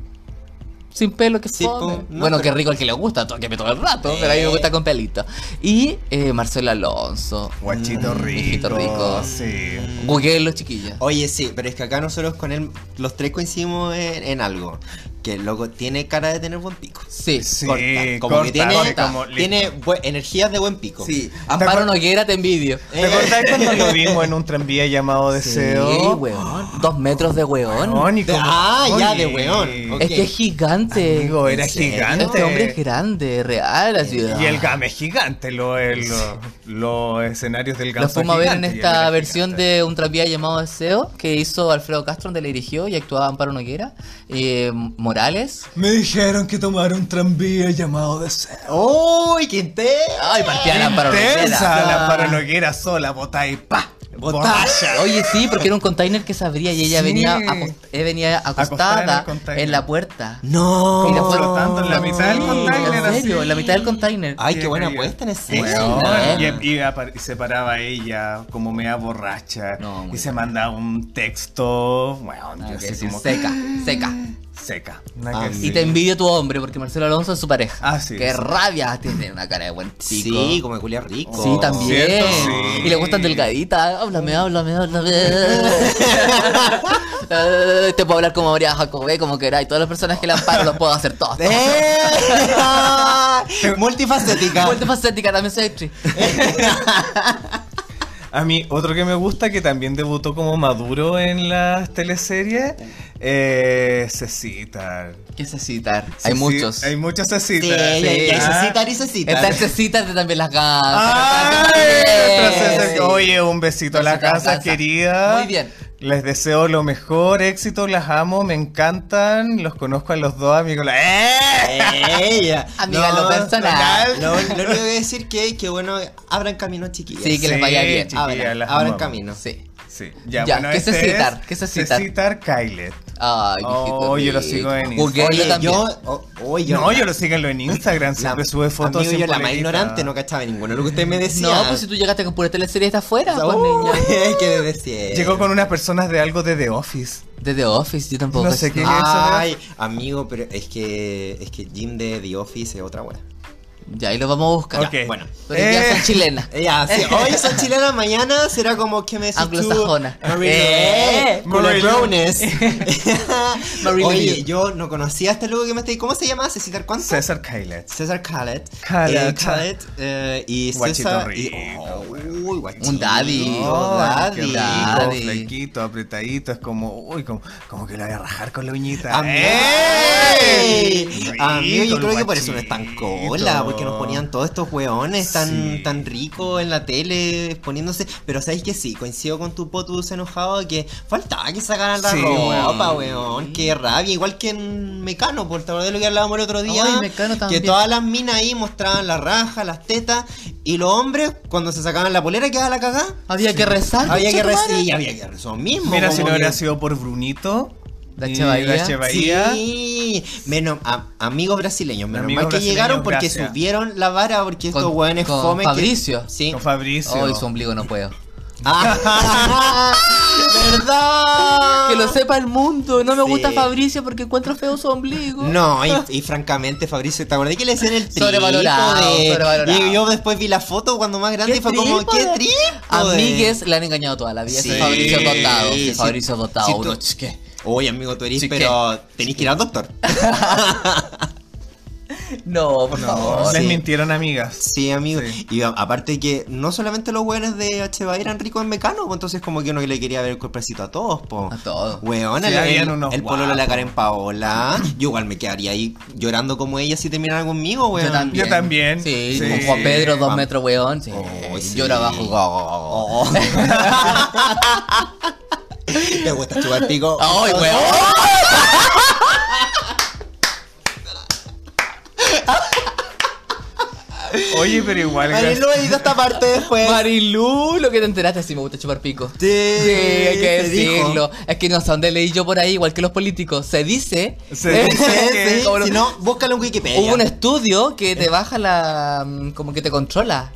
[SPEAKER 3] Sin pelo, que
[SPEAKER 1] Sí,
[SPEAKER 3] fome.
[SPEAKER 1] po, no,
[SPEAKER 3] bueno,
[SPEAKER 1] pero-
[SPEAKER 3] qué rico el que le gusta, toqueme todo el rato, pero a mí me
[SPEAKER 1] Eh.
[SPEAKER 3] gusta con pelito. Y eh, Marcelo Alonso.
[SPEAKER 2] Guachito
[SPEAKER 3] Mm,
[SPEAKER 2] rico.
[SPEAKER 3] viejito rico.
[SPEAKER 2] Sí.
[SPEAKER 3] Eh. Google chiquilla.
[SPEAKER 2] Oh,
[SPEAKER 1] Oye, sí, pero es que acá nosotros con él, los tres coincidimos en, en algo. Que el loco tiene cara de tener buen pico.
[SPEAKER 3] Sí.
[SPEAKER 2] Sí,
[SPEAKER 1] Corta, como que tiene,
[SPEAKER 2] corta,
[SPEAKER 3] corta.
[SPEAKER 2] como li-
[SPEAKER 1] tiene bu- energías de buen pico. Eh,
[SPEAKER 3] Sí. Amparo Noguera te envidio.
[SPEAKER 2] ¿Te acordás cuando lo vimos en un tranvía llamado Deseo?
[SPEAKER 3] Sí, weón. Dos metros de weón.
[SPEAKER 2] oh. Weón, y
[SPEAKER 1] De-
[SPEAKER 2] como-
[SPEAKER 1] ah, ya,
[SPEAKER 2] Oye.
[SPEAKER 1] de weón. Ok.
[SPEAKER 3] Es que es gigante.
[SPEAKER 2] Amigo, era
[SPEAKER 3] ¿En serio?
[SPEAKER 2] gigante.
[SPEAKER 3] Este hombre es grande, real, así.
[SPEAKER 2] Y el game es gigante, lo, el- lo- los escenarios del game
[SPEAKER 3] Lo fuimos a ver en esta
[SPEAKER 2] de
[SPEAKER 3] versión de un tranvía llamado Deseo que hizo Alfredo Castro, donde le dirigió y actuaba Amparo Noguera, eh, Morales.
[SPEAKER 2] Me dijeron que tomara un tranvía llamado Deseo.
[SPEAKER 1] ¡Uy, qué intenso!
[SPEAKER 3] Ay, partía la Amparo
[SPEAKER 2] Tensa
[SPEAKER 3] Noguera.
[SPEAKER 2] la paranoquera sola, botá y pa.
[SPEAKER 1] Botá.
[SPEAKER 3] Oye, sí, porque era un container que se abría y ella
[SPEAKER 2] Sí.
[SPEAKER 3] venía, acos- eh, venía
[SPEAKER 2] Acostada en el
[SPEAKER 3] acostada en,
[SPEAKER 2] container.
[SPEAKER 3] la puerta.
[SPEAKER 1] ¡No!
[SPEAKER 2] Como
[SPEAKER 3] la puerta-
[SPEAKER 2] flotando en la mitad del
[SPEAKER 3] Sí,
[SPEAKER 2] container,
[SPEAKER 3] en serio,
[SPEAKER 2] así.
[SPEAKER 3] en la mitad del container.
[SPEAKER 1] ¡Ay, qué
[SPEAKER 2] Qué
[SPEAKER 1] buena
[SPEAKER 2] bello.
[SPEAKER 1] apuesta en ese! ¿eh?
[SPEAKER 2] Weón,
[SPEAKER 3] Buena.
[SPEAKER 2] y, y apa- y se paraba ella como media borracha
[SPEAKER 3] No,
[SPEAKER 2] y
[SPEAKER 3] muy
[SPEAKER 2] se
[SPEAKER 3] buena.
[SPEAKER 2] mandaba un texto, weón,
[SPEAKER 3] Nada
[SPEAKER 2] yo
[SPEAKER 3] que
[SPEAKER 2] así
[SPEAKER 3] decir,
[SPEAKER 2] como
[SPEAKER 3] Ah, seca, seca.
[SPEAKER 2] seca. Nada que
[SPEAKER 1] Ah,
[SPEAKER 2] decir.
[SPEAKER 3] Y te envidio tu hombre, porque Marcelo Alonso es su pareja.
[SPEAKER 2] Ah, sí,
[SPEAKER 3] Qué
[SPEAKER 2] sí.
[SPEAKER 3] rabia tiene una cara de buen chico.
[SPEAKER 1] Sí, como culia rico.
[SPEAKER 3] Sí, también.
[SPEAKER 2] ¿Cierto? Sí.
[SPEAKER 3] Y le gustan delgaditas. Háblame, háblame, háblame. Eh, Te puedo hablar como María Jacobé, como queráis. Todas las personas que le amparo los puedo hacer todos.
[SPEAKER 1] ¡Eh! Multifacética.
[SPEAKER 3] Vuelta facética, también soy actriz.
[SPEAKER 2] A mí, otro que me gusta, que también debutó como Maduro en las teleseries, eh, Cecitar.
[SPEAKER 3] ¿Qué es citar? Hay
[SPEAKER 2] Ceci-
[SPEAKER 3] muchos.
[SPEAKER 2] Hay muchos
[SPEAKER 1] Sí,
[SPEAKER 2] Cecitar.
[SPEAKER 1] ya, ya,
[SPEAKER 2] Ah.
[SPEAKER 1] Cecitar y Cecitar.
[SPEAKER 3] Está ese citar de también las ganas.
[SPEAKER 2] Ay, entonces,
[SPEAKER 3] Sí.
[SPEAKER 2] Oye, un besito a la
[SPEAKER 3] Besito a la
[SPEAKER 2] casa,
[SPEAKER 3] casa.
[SPEAKER 2] querida.
[SPEAKER 3] Muy bien.
[SPEAKER 2] Les deseo lo mejor, éxito, las amo, me encantan, los conozco a los dos, amigos. ¡Eh!
[SPEAKER 1] Ella.
[SPEAKER 3] Amiga, lo personal.
[SPEAKER 1] Lo, lo único que decir que, que bueno, abran camino, chiquillas.
[SPEAKER 3] Sí, que les vaya bien.
[SPEAKER 2] chiquilla,
[SPEAKER 1] Abran,
[SPEAKER 2] las
[SPEAKER 1] abran
[SPEAKER 2] amamos.
[SPEAKER 1] camino.
[SPEAKER 3] Sí.
[SPEAKER 2] Sí, ya,
[SPEAKER 3] Ya,
[SPEAKER 2] bueno,
[SPEAKER 3] ¿qué
[SPEAKER 2] este
[SPEAKER 3] Cecitar?
[SPEAKER 2] es
[SPEAKER 3] ¿Qué Cecitar?
[SPEAKER 2] Cecitar Kylet.
[SPEAKER 3] Ay, qué
[SPEAKER 2] Oh,
[SPEAKER 3] rico,
[SPEAKER 2] yo lo
[SPEAKER 3] rico.
[SPEAKER 2] sigo en Instagram.
[SPEAKER 3] Google
[SPEAKER 1] Oye,
[SPEAKER 3] también.
[SPEAKER 1] yo, oh, oh, yo-
[SPEAKER 2] No, yo lo síganlo en Instagram, siempre sube fotos.
[SPEAKER 1] Amigo,
[SPEAKER 2] sin
[SPEAKER 1] yo la más
[SPEAKER 2] polerita.
[SPEAKER 1] ignorante, no cachaba ninguno de lo que ustedes me decían.
[SPEAKER 3] No, pues si tú llegaste con pura teleserie, está afuera.
[SPEAKER 1] Uh,
[SPEAKER 3] pues, niña.
[SPEAKER 1] es que desde siempre.
[SPEAKER 2] Llegó con unas personas de algo de The Office.
[SPEAKER 3] De The Office, yo tampoco.
[SPEAKER 2] No sé qué es.
[SPEAKER 1] Ay, amigo, pero es que es que Jim de The Office es otra wea.
[SPEAKER 3] Ya, ahí lo vamos a buscar.
[SPEAKER 2] Ok.
[SPEAKER 1] bueno.
[SPEAKER 3] Pero hoy día
[SPEAKER 2] Eh.
[SPEAKER 3] son chilenas.
[SPEAKER 1] Ya, sí, hoy son chilenas, mañana será como que me decís
[SPEAKER 3] Anglosajona.
[SPEAKER 1] tú? Marie
[SPEAKER 2] Eh,
[SPEAKER 1] eh, Marie
[SPEAKER 2] Marie
[SPEAKER 1] Brownes.
[SPEAKER 3] Marie
[SPEAKER 1] Oye,
[SPEAKER 3] Lemieux.
[SPEAKER 1] yo no conocía a este loco que me estáis. ¿Cómo se llama? ¿César cuánto?
[SPEAKER 2] César Kylet.
[SPEAKER 1] César Khaled.
[SPEAKER 2] Khaled.
[SPEAKER 1] Eh, Khaled, eh, y
[SPEAKER 2] Guachito
[SPEAKER 1] César. y-
[SPEAKER 2] rico,
[SPEAKER 1] oh,
[SPEAKER 2] weón.
[SPEAKER 1] uy, guachito,
[SPEAKER 3] Un daddy.
[SPEAKER 1] daddy.
[SPEAKER 2] qué rico,
[SPEAKER 3] Daddy.
[SPEAKER 2] flaquito, apretadito, es como, uy, como, como que lo voy a rajar con la uñita. ¡Eh!
[SPEAKER 1] Amigo,
[SPEAKER 2] ¡Ey!
[SPEAKER 1] Amigo, yo
[SPEAKER 2] Rico el
[SPEAKER 1] creo que por eso no es tan
[SPEAKER 2] guachito.
[SPEAKER 1] cola, porque nos ponían todos estos hueones tan,
[SPEAKER 2] Sí.
[SPEAKER 1] tan ricos en la tele exponiéndose. Pero sabéis que sí, coincido con tu potus enojado que faltaba que sacaran la
[SPEAKER 2] Sí,
[SPEAKER 1] ropa,
[SPEAKER 2] weón.
[SPEAKER 1] weón. Qué rabia, igual que en Mecano, por favor, de lo que hablábamos el otro día.
[SPEAKER 3] Ay, Mecano
[SPEAKER 1] que
[SPEAKER 3] también.
[SPEAKER 1] todas las minas ahí mostraban la raja, las tetas, y los hombres, cuando se sacaban la polera, quedaba la cagada.
[SPEAKER 3] Había que rezar.
[SPEAKER 1] Había que
[SPEAKER 3] concha tu madre.
[SPEAKER 1] recibir, había que eso mismo.
[SPEAKER 2] Mira,
[SPEAKER 1] como
[SPEAKER 2] si no hubiera
[SPEAKER 1] que-
[SPEAKER 2] sido por Brunito.
[SPEAKER 3] La
[SPEAKER 2] y
[SPEAKER 3] Chevaía.
[SPEAKER 2] La Chevaía.
[SPEAKER 1] Sí, menos a- amigos brasileños, menos
[SPEAKER 2] Amigos
[SPEAKER 1] mal que
[SPEAKER 2] brasileños,
[SPEAKER 1] llegaron porque
[SPEAKER 2] gracias.
[SPEAKER 1] subieron la vara porque estos
[SPEAKER 3] Con-
[SPEAKER 1] hueones
[SPEAKER 3] con
[SPEAKER 1] fome que-
[SPEAKER 3] Fabricio.
[SPEAKER 1] Sí.
[SPEAKER 2] Con Fabricio.
[SPEAKER 3] Hoy su ombligo no puedo.
[SPEAKER 1] Ah, ¡Verdad!
[SPEAKER 3] Que lo sepa el mundo. No me
[SPEAKER 1] Sí.
[SPEAKER 3] gusta Fabricio porque encuentro feo su ombligo.
[SPEAKER 1] No, y, y francamente, Fabricio, ¿te acordás que le decían el trípode?
[SPEAKER 3] Sobrevalorado, sobrevalorado.
[SPEAKER 1] Y yo después vi la foto cuando más grande y fue como,
[SPEAKER 3] trípode?
[SPEAKER 1] ¡qué trípode!
[SPEAKER 3] Amigues la han engañado toda la vida. Ese
[SPEAKER 1] Sí.
[SPEAKER 3] Fabricio dotado. ese
[SPEAKER 1] Sí.
[SPEAKER 3] Fabricio dotado.
[SPEAKER 1] Sí, tú-
[SPEAKER 3] uno chique.
[SPEAKER 1] Oye, amigo, tú eres,
[SPEAKER 3] Sí,
[SPEAKER 1] pero tenés que ir al doctor.
[SPEAKER 3] No, por
[SPEAKER 2] No,
[SPEAKER 3] favor.
[SPEAKER 2] les
[SPEAKER 1] sí.
[SPEAKER 2] mintieron, amigas.
[SPEAKER 1] Sí, amigo.
[SPEAKER 2] Sí.
[SPEAKER 1] Y a- aparte que no solamente los hueones de Acheva eran ricos en mecano, pues, entonces como que uno le quería ver el cuerpecito a todos, po.
[SPEAKER 3] A todos.
[SPEAKER 1] Hueona,
[SPEAKER 2] Sí,
[SPEAKER 1] la-
[SPEAKER 2] habían
[SPEAKER 1] el,
[SPEAKER 2] unos
[SPEAKER 1] el pololo de la
[SPEAKER 2] guapos.
[SPEAKER 1] Karen Paola. Yo igual me quedaría ahí llorando como ella si terminaran conmigo, weón.
[SPEAKER 3] Yo también.
[SPEAKER 2] Yo también.
[SPEAKER 3] Sí,
[SPEAKER 2] Sí.
[SPEAKER 3] con Juan Pedro, dos
[SPEAKER 1] Juan-
[SPEAKER 3] metros, weón. Sí.
[SPEAKER 1] Oh, sí.
[SPEAKER 3] Llora abajo.
[SPEAKER 1] Oh. ¿Te gusta chupar pico?
[SPEAKER 3] ¡Ay, weón!
[SPEAKER 2] Oye, pero igual.
[SPEAKER 1] Marilu edita esta parte después.
[SPEAKER 3] Marilu, lo que te enteraste, sí me gusta chupar pico.
[SPEAKER 1] Sí,
[SPEAKER 3] Sí, hay que
[SPEAKER 1] se dijo.
[SPEAKER 3] decirlo. Es que no sé dónde leí yo por ahí, igual que los políticos. Se dice.
[SPEAKER 2] Se dice que-
[SPEAKER 3] Como lo-
[SPEAKER 1] Si no, búscalo en Wikipedia.
[SPEAKER 3] Hubo un estudio que te baja la. mm, como que te controla.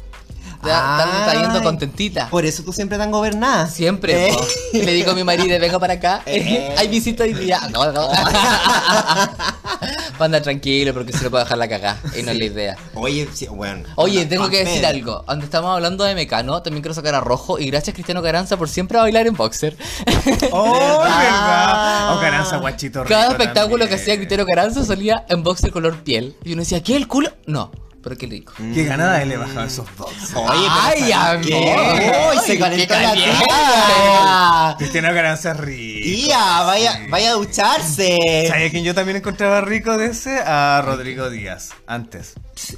[SPEAKER 3] Te está, está yendo
[SPEAKER 1] Ay,
[SPEAKER 3] contentita.
[SPEAKER 1] Por eso tú siempre tan gobernada.
[SPEAKER 3] Siempre.
[SPEAKER 1] Eh.
[SPEAKER 3] po. Y le digo a mi marido, venga para acá.
[SPEAKER 1] Eh.
[SPEAKER 3] Hay visita hoy día. No, no. Anda tranquilo porque se lo puede dejar la cagá. Y no es la idea.
[SPEAKER 1] Oye, sí, bueno.
[SPEAKER 3] Oye,
[SPEAKER 1] Una
[SPEAKER 3] tengo que decir
[SPEAKER 1] pampera.
[SPEAKER 3] algo. Antes estábamos hablando de Mecano, también quiero sacar a Rojo. Y gracias, Cristiano Garanza, por siempre bailar en boxer.
[SPEAKER 2] ¡Oh,
[SPEAKER 1] ¿Verdad?
[SPEAKER 2] verdad! O Caranza Guachito rico
[SPEAKER 3] Cada espectáculo que
[SPEAKER 2] también.
[SPEAKER 3] hacía Cristiano Garanza salía en boxer color piel. Y uno decía, ¿qué el culo? No, pero qué rico.
[SPEAKER 2] Qué ganada de le bajaba esos boxes.
[SPEAKER 1] Mm. Oye,
[SPEAKER 3] ¡Ay, amor!
[SPEAKER 1] ¡Ay, se
[SPEAKER 3] ¡Ay,
[SPEAKER 1] calentó
[SPEAKER 3] qué
[SPEAKER 1] la
[SPEAKER 3] caliente!
[SPEAKER 1] tía!
[SPEAKER 2] Cristiano Garanza rico.
[SPEAKER 1] Tía, ah, vaya, vaya a ducharse.
[SPEAKER 2] ¿Sabes a quién yo también encontraba rico de ese? A Rodrigo Díaz, antes.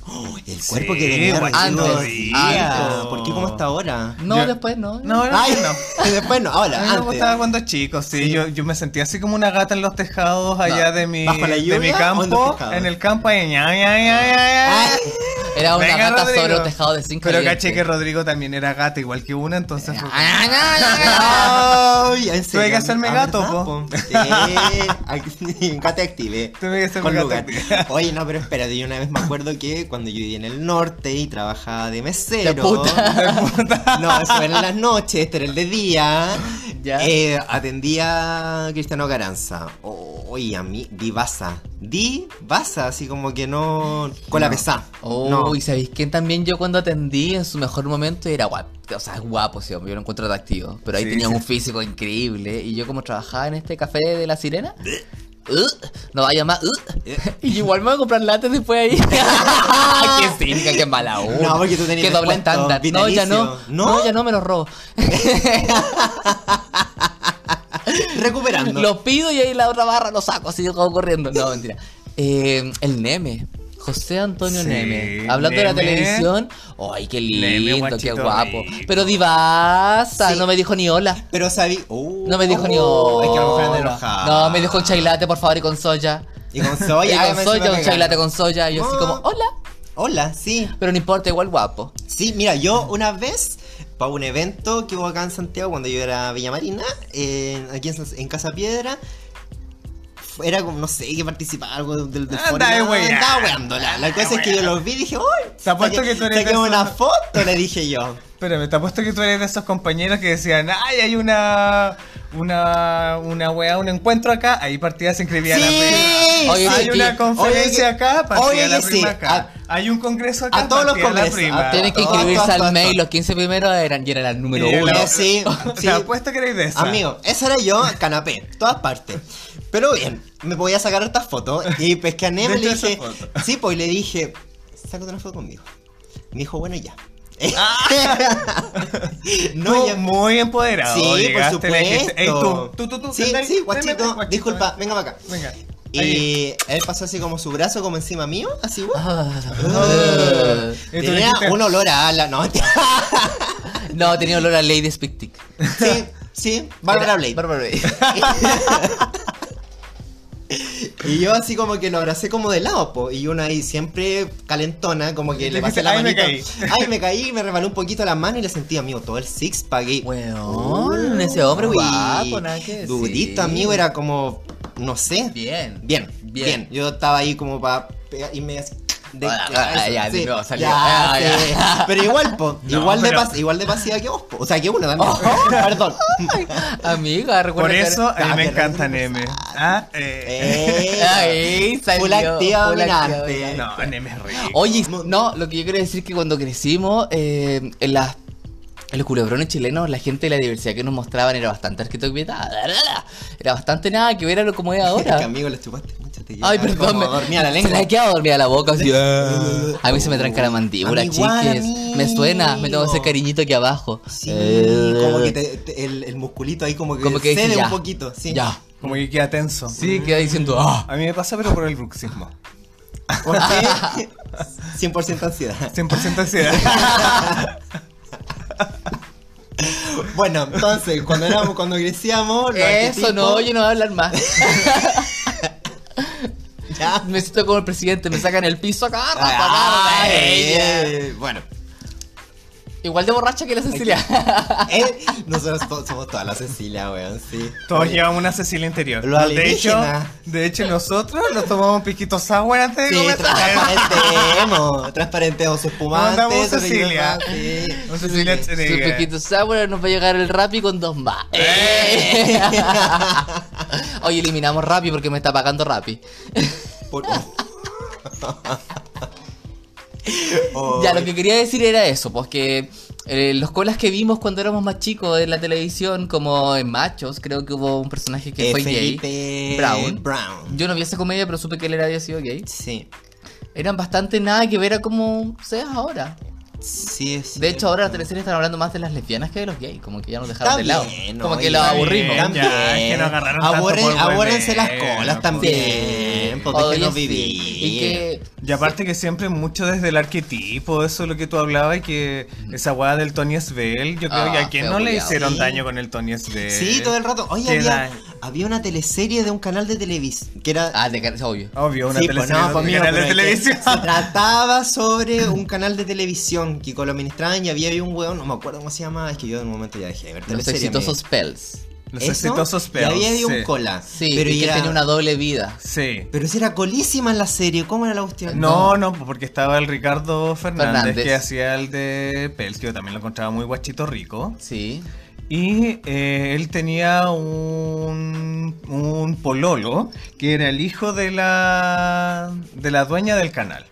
[SPEAKER 1] Oh, el cuerpo
[SPEAKER 2] Sí,
[SPEAKER 1] que tenía
[SPEAKER 2] guachito
[SPEAKER 1] Rodrigo
[SPEAKER 3] rico.
[SPEAKER 1] Díaz. ¿Por qué como hasta ahora?
[SPEAKER 3] No,
[SPEAKER 2] Yo-
[SPEAKER 3] después no.
[SPEAKER 2] No, no,
[SPEAKER 1] Ay,
[SPEAKER 2] no.
[SPEAKER 1] después no,
[SPEAKER 2] A
[SPEAKER 1] ahora,
[SPEAKER 2] mí Ah, me gustaba
[SPEAKER 1] antes.
[SPEAKER 2] cuando chico, sí. Yo, yo me sentía así como una gata en los tejados allá de, mi,
[SPEAKER 1] ¿Bajo la lluvia
[SPEAKER 2] de
[SPEAKER 1] o en
[SPEAKER 2] mi
[SPEAKER 1] los
[SPEAKER 2] campo.
[SPEAKER 1] tejados? Ah.
[SPEAKER 2] En el campo, ahí, ña, ña, ña, ña, ña.
[SPEAKER 1] Ay,
[SPEAKER 3] Era una
[SPEAKER 2] Venga,
[SPEAKER 3] gata sobre
[SPEAKER 2] Rodrigo.
[SPEAKER 3] un tejado de cinco
[SPEAKER 2] Pero caché que Rodrigo también era gata, igual que una,
[SPEAKER 1] Ah.
[SPEAKER 2] entonces. fue como-
[SPEAKER 3] Ah,
[SPEAKER 1] ay, en serio.
[SPEAKER 2] Tuve que hacerme
[SPEAKER 1] Ah,
[SPEAKER 2] gato,
[SPEAKER 1] ¿verdad,
[SPEAKER 2] po.
[SPEAKER 1] Sí, gato active.
[SPEAKER 2] Tuve que hacerme
[SPEAKER 1] Con
[SPEAKER 2] gato
[SPEAKER 1] lugar.
[SPEAKER 2] active.
[SPEAKER 1] Oye, no, pero espérate, yo una vez me acuerdo que cuando yo vivía en el norte y trabajaba de mesero.
[SPEAKER 3] De puta.
[SPEAKER 1] No, eso era en las noches, este era el de día.
[SPEAKER 3] Ya.
[SPEAKER 1] Eh, atendía a Cristiano Garanza. O- Oye, a mí, divasa. Divasa, así como que no. Con la pesada.
[SPEAKER 3] Oh,
[SPEAKER 1] no.
[SPEAKER 3] y sabéis quién también yo cuando atendí en su mejor momento era guapo. O sea, es guapo, sí, hombre, yo lo encuentro atractivo. Pero ahí
[SPEAKER 2] Sí,
[SPEAKER 3] tenía
[SPEAKER 2] sí.
[SPEAKER 3] un físico increíble. Y yo como trabajaba en este café de la sirena. uh, no vaya más. uh,
[SPEAKER 2] Eh.
[SPEAKER 3] y igual me voy a comprar latas después ahí. qué cínica, qué mala onda.
[SPEAKER 1] No, porque tú tenías
[SPEAKER 3] Qué doble
[SPEAKER 1] descuento
[SPEAKER 3] estándar. No, ya no.
[SPEAKER 1] vitalicio.
[SPEAKER 3] no.
[SPEAKER 1] ¿No?
[SPEAKER 3] ya no me los robo.
[SPEAKER 1] Recuperando.
[SPEAKER 3] Los pido y ahí la otra barra lo saco así como corriendo. No, mentira. Eh, el Neme. José Antonio
[SPEAKER 2] Sí,
[SPEAKER 3] Neme. Hablando de la
[SPEAKER 2] Neme.
[SPEAKER 3] televisión. Ay, qué
[SPEAKER 2] Neme,
[SPEAKER 3] lindo, qué
[SPEAKER 2] guachito
[SPEAKER 3] guapo.
[SPEAKER 2] rico.
[SPEAKER 3] Pero divasa,
[SPEAKER 1] Sí.
[SPEAKER 3] no me dijo ni hola.
[SPEAKER 1] Pero sabí. Oh,
[SPEAKER 3] No me dijo ni
[SPEAKER 1] oh,
[SPEAKER 3] hola.
[SPEAKER 1] Es que a lo mejor andan enojadas.
[SPEAKER 3] No, me dijo un chailate, por favor, y con soya.
[SPEAKER 1] Y con soya.
[SPEAKER 3] y
[SPEAKER 1] ay,
[SPEAKER 3] con
[SPEAKER 1] me encima
[SPEAKER 3] soya, un
[SPEAKER 1] me
[SPEAKER 3] chailate
[SPEAKER 1] gano.
[SPEAKER 3] con soya. Y yo así
[SPEAKER 1] Ah.
[SPEAKER 3] como, hola.
[SPEAKER 1] Hola, sí.
[SPEAKER 3] Pero no importa, igual guapo.
[SPEAKER 1] Sí, mira, yo una vez, para un evento que hubo acá en Santiago cuando yo era Villa Marina, eh, aquí en, en Casa Piedra, fue- era como, no sé, que participaba algo del del
[SPEAKER 2] Anda
[SPEAKER 1] foro,
[SPEAKER 2] de
[SPEAKER 1] no,
[SPEAKER 2] wea.
[SPEAKER 1] Andaba weándola.
[SPEAKER 2] Ah,
[SPEAKER 1] La cosa es que yo los vi y dije, ¡Uy!
[SPEAKER 2] Te apuesto que tú eres de esos-
[SPEAKER 1] una foto, le dije yo.
[SPEAKER 2] Espérame, te apuesto que tú eres de esos compañeros que decían, ay, hay una. Una. Una weá, un encuentro acá. Ahí partida se inscribía la prima.
[SPEAKER 3] Oye,
[SPEAKER 2] Hay
[SPEAKER 3] sí,
[SPEAKER 2] una
[SPEAKER 3] que-
[SPEAKER 2] conferencia
[SPEAKER 1] oye, que-
[SPEAKER 2] acá, partida
[SPEAKER 1] oye,
[SPEAKER 2] la
[SPEAKER 1] que
[SPEAKER 2] prima
[SPEAKER 1] sí,
[SPEAKER 2] acá. Hay un congreso acá,
[SPEAKER 1] a todos los
[SPEAKER 2] partida la
[SPEAKER 1] congresos, Ah,
[SPEAKER 2] prima.
[SPEAKER 1] a
[SPEAKER 3] Tienes que
[SPEAKER 1] todo,
[SPEAKER 3] inscribirse
[SPEAKER 1] todo, todo,
[SPEAKER 3] al mail.
[SPEAKER 1] todo.
[SPEAKER 3] Los 15 primeros eran, y era la número
[SPEAKER 2] Y
[SPEAKER 3] uno.
[SPEAKER 2] era-
[SPEAKER 1] Sí, sí.
[SPEAKER 2] Te apuesto que eres de esa.
[SPEAKER 1] Amigo, esa era yo, canapé, todas partes. Pero bien, me podía sacar estas fotos y pesqué a Neme
[SPEAKER 2] De
[SPEAKER 1] y le
[SPEAKER 2] hecho, esa
[SPEAKER 1] dije,
[SPEAKER 2] foto.
[SPEAKER 1] sí, pues y le dije, sácate una foto conmigo. Me dijo, bueno, ya.
[SPEAKER 2] Ah. No,
[SPEAKER 1] no, ya.
[SPEAKER 2] muy empoderado.
[SPEAKER 1] em- Sí, por
[SPEAKER 2] Oh, llegaste, le dijiste,
[SPEAKER 1] supuesto.
[SPEAKER 2] "Ey, tú, tú, tú, tú,
[SPEAKER 1] sí,
[SPEAKER 2] ven,
[SPEAKER 1] sí,
[SPEAKER 2] ven,
[SPEAKER 1] guachito,
[SPEAKER 2] ven, guachito,
[SPEAKER 1] disculpa, Eh, venga para acá.
[SPEAKER 2] Venga. Ahí.
[SPEAKER 1] Y él pasó así como su brazo como encima mío, así, ¡guau! uh,
[SPEAKER 2] Y
[SPEAKER 3] Ah.
[SPEAKER 2] tú
[SPEAKER 1] Tenía
[SPEAKER 2] dijiste-
[SPEAKER 1] un olor a ala, no,
[SPEAKER 3] No, tenía olor a Lady Speak Tick.
[SPEAKER 1] sí, sí, Bárbara
[SPEAKER 3] Era-
[SPEAKER 1] Blade.
[SPEAKER 3] Bárbara Blade.
[SPEAKER 1] Y yo así como que lo abracé como de lado, po. Y una ahí siempre calentona, como que
[SPEAKER 2] Y
[SPEAKER 1] le
[SPEAKER 2] le
[SPEAKER 1] pasé
[SPEAKER 2] dijiste,
[SPEAKER 1] la
[SPEAKER 2] "Ay, me
[SPEAKER 1] manita.
[SPEAKER 2] caí".
[SPEAKER 1] Ay, me caí, me rebaló un poquito la mano y le sentí, amigo, todo el six pack. y-
[SPEAKER 3] Weón, ese hombre
[SPEAKER 1] Uy,
[SPEAKER 3] guapo, nada que decir.
[SPEAKER 1] Durito, amigo, era como, no sé.
[SPEAKER 3] Bien.
[SPEAKER 1] Bien, bien.
[SPEAKER 3] Bien.
[SPEAKER 1] Yo estaba ahí como para irme así. De,
[SPEAKER 3] Ah, ah, ya,
[SPEAKER 1] sí,
[SPEAKER 3] de nuevo salió.
[SPEAKER 1] ya,
[SPEAKER 3] Ah,
[SPEAKER 1] sí.
[SPEAKER 3] ya.
[SPEAKER 1] Pero igual, po,
[SPEAKER 2] No,
[SPEAKER 1] igual, de
[SPEAKER 2] pero-
[SPEAKER 1] pas- igual de pasiva que vos, po. O sea, que uno también. Perdón.
[SPEAKER 3] Amiga, recuerda
[SPEAKER 2] Por
[SPEAKER 3] que-
[SPEAKER 2] eso a mí
[SPEAKER 1] Ah,
[SPEAKER 2] me
[SPEAKER 1] que
[SPEAKER 2] encanta
[SPEAKER 1] random.
[SPEAKER 2] Neme. Ah, eh.
[SPEAKER 1] Eh,
[SPEAKER 3] Ahí salió.
[SPEAKER 1] Full activa
[SPEAKER 3] full activa
[SPEAKER 1] dominante.
[SPEAKER 3] dominante.
[SPEAKER 2] No, Neme es rico.
[SPEAKER 1] oh,
[SPEAKER 3] Oye, no, lo que yo quiero decir es que cuando crecimos, eh, en las. En los culebrones chilenos, la gente de la diversidad que nos mostraban era bastante arquitectura. Era bastante nada que ver a lo como es
[SPEAKER 1] Es que
[SPEAKER 3] ahora.
[SPEAKER 1] amigo, le chupaste mucho, te
[SPEAKER 3] Ay,
[SPEAKER 1] quedaba
[SPEAKER 3] perdón.
[SPEAKER 1] como
[SPEAKER 3] Me
[SPEAKER 1] dormía la
[SPEAKER 3] Se
[SPEAKER 1] lengua.
[SPEAKER 3] me ha quedado dormida la boca. así. "Ah". A mí se me tranca la
[SPEAKER 1] A
[SPEAKER 3] mandíbula,
[SPEAKER 1] mí igual,
[SPEAKER 3] chiques. Me suena, me tengo
[SPEAKER 1] amigo.
[SPEAKER 3] ese cariñito aquí abajo.
[SPEAKER 1] Sí,
[SPEAKER 3] Eh,
[SPEAKER 1] como que te- te- el, el musculito ahí como que,
[SPEAKER 3] como que dije,
[SPEAKER 1] cede
[SPEAKER 3] ya,
[SPEAKER 1] un poquito. Sí.
[SPEAKER 3] Ya.
[SPEAKER 2] Como que queda tenso.
[SPEAKER 3] Sí,
[SPEAKER 1] Mm.
[SPEAKER 3] queda diciendo, ah.
[SPEAKER 2] A mí me pasa, pero por el bruxismo.
[SPEAKER 1] ¿Por qué? 100% ansiedad.
[SPEAKER 2] 100% ansiedad.
[SPEAKER 1] Bueno, entonces, cuando éramos, cuando crecíamos, los
[SPEAKER 3] Eso no,
[SPEAKER 1] arquetipos-
[SPEAKER 3] yo no voy a hablar más.
[SPEAKER 1] Ya.
[SPEAKER 3] Me siento como el presidente, me sacan el piso acá,
[SPEAKER 1] Ah, eh, Bueno,
[SPEAKER 3] Igual de borracha que la Cecilia.
[SPEAKER 1] eh, nosotros to- somos toda la Cecilia, weón, sí.
[SPEAKER 2] Todos llevamos una Cecilia interior.
[SPEAKER 1] Los
[SPEAKER 2] de hecho,
[SPEAKER 1] alienígenas.
[SPEAKER 2] de hecho nosotros nos tomamos piquitos sour antes de
[SPEAKER 1] Sí,
[SPEAKER 2] comer.
[SPEAKER 1] transparentemos, transparentemos
[SPEAKER 2] Mandamos
[SPEAKER 1] espumantes.
[SPEAKER 2] un Cecilia.
[SPEAKER 1] Sí.
[SPEAKER 2] Un
[SPEAKER 3] Su
[SPEAKER 2] Cecilia Chenegue.
[SPEAKER 3] piquito sour nos va a llegar el Rappi con dos más. Oye, eliminamos Rappi porque me está pagando Rappi.
[SPEAKER 1] Por- Oh.
[SPEAKER 3] Ya, lo que quería decir era eso, pues que eh, los colas que vimos cuando éramos más chicos en la televisión, como en Machos, creo que hubo un personaje que
[SPEAKER 1] Eh,
[SPEAKER 3] fue
[SPEAKER 1] Felipe
[SPEAKER 3] gay. Brown.
[SPEAKER 1] Brown.
[SPEAKER 3] Yo no vi esa comedia, pero supe que él era había sido gay.
[SPEAKER 1] Sí,
[SPEAKER 3] Eran bastante nada que ver a cómo seas ahora.
[SPEAKER 1] sí, es
[SPEAKER 3] De hecho, ahora las
[SPEAKER 1] cierto.
[SPEAKER 3] teleseries están hablando más de las lesbianas que de los gays, como que ya nos dejaron
[SPEAKER 1] Está
[SPEAKER 3] de lado.
[SPEAKER 1] bien,
[SPEAKER 3] como
[SPEAKER 1] no,
[SPEAKER 3] que
[SPEAKER 1] y-
[SPEAKER 3] los
[SPEAKER 1] está bien,
[SPEAKER 3] aburrimos.
[SPEAKER 2] Ya, que no agarraron tanto pues. polvo de
[SPEAKER 1] abórrense las
[SPEAKER 2] mierda,
[SPEAKER 1] colas
[SPEAKER 2] po.
[SPEAKER 1] también, pues
[SPEAKER 3] Oye,
[SPEAKER 1] déjenos
[SPEAKER 3] sí.
[SPEAKER 1] vivir.
[SPEAKER 3] Y que
[SPEAKER 2] Y aparte que siempre mucho desde el arquetipo, eso es lo que tú hablabas, y que esa hueá del Tony Svel, yo creo
[SPEAKER 3] Ah,
[SPEAKER 2] que a quien
[SPEAKER 3] feo
[SPEAKER 2] no le
[SPEAKER 3] culiao.
[SPEAKER 2] hicieron
[SPEAKER 1] Sí.
[SPEAKER 2] daño con el Tony Svel.
[SPEAKER 1] Sí, todo el rato. Oye,
[SPEAKER 2] Qué
[SPEAKER 1] había,
[SPEAKER 2] daño.
[SPEAKER 1] había una teleserie de un canal de televisión que era.
[SPEAKER 3] Ah, de cara- obvio.
[SPEAKER 2] Obvio, una
[SPEAKER 1] Sí, pues,
[SPEAKER 2] teleserie
[SPEAKER 1] no, pues,
[SPEAKER 2] de,
[SPEAKER 1] mío,
[SPEAKER 2] canal de
[SPEAKER 1] pero es que
[SPEAKER 2] televisión.
[SPEAKER 1] Se trataba sobre un canal de televisión que lo administraban y había ahí un weón, no me acuerdo cómo se llama, es que yo de un momento ya dejé de ver
[SPEAKER 3] Los
[SPEAKER 1] teleserie.
[SPEAKER 3] exitosos spells.
[SPEAKER 2] Los
[SPEAKER 1] amigo.
[SPEAKER 2] exitosos
[SPEAKER 1] Eso, Y había ahí un
[SPEAKER 2] sí.
[SPEAKER 1] cola.
[SPEAKER 3] Sí,
[SPEAKER 1] pero
[SPEAKER 3] y que
[SPEAKER 1] era-
[SPEAKER 3] tenía una doble vida.
[SPEAKER 2] Sí.
[SPEAKER 1] Pero si era colísima en la serie, ¿cómo era la cuestión?
[SPEAKER 2] No, no, pues, porque estaba el Ricardo Fernández,
[SPEAKER 3] Fernández.
[SPEAKER 2] que hacía el de Pels, que yo también lo encontraba muy guachito rico.
[SPEAKER 3] Sí.
[SPEAKER 2] Y eh, él tenía un, un pololo que era el hijo de la, de la dueña del canal.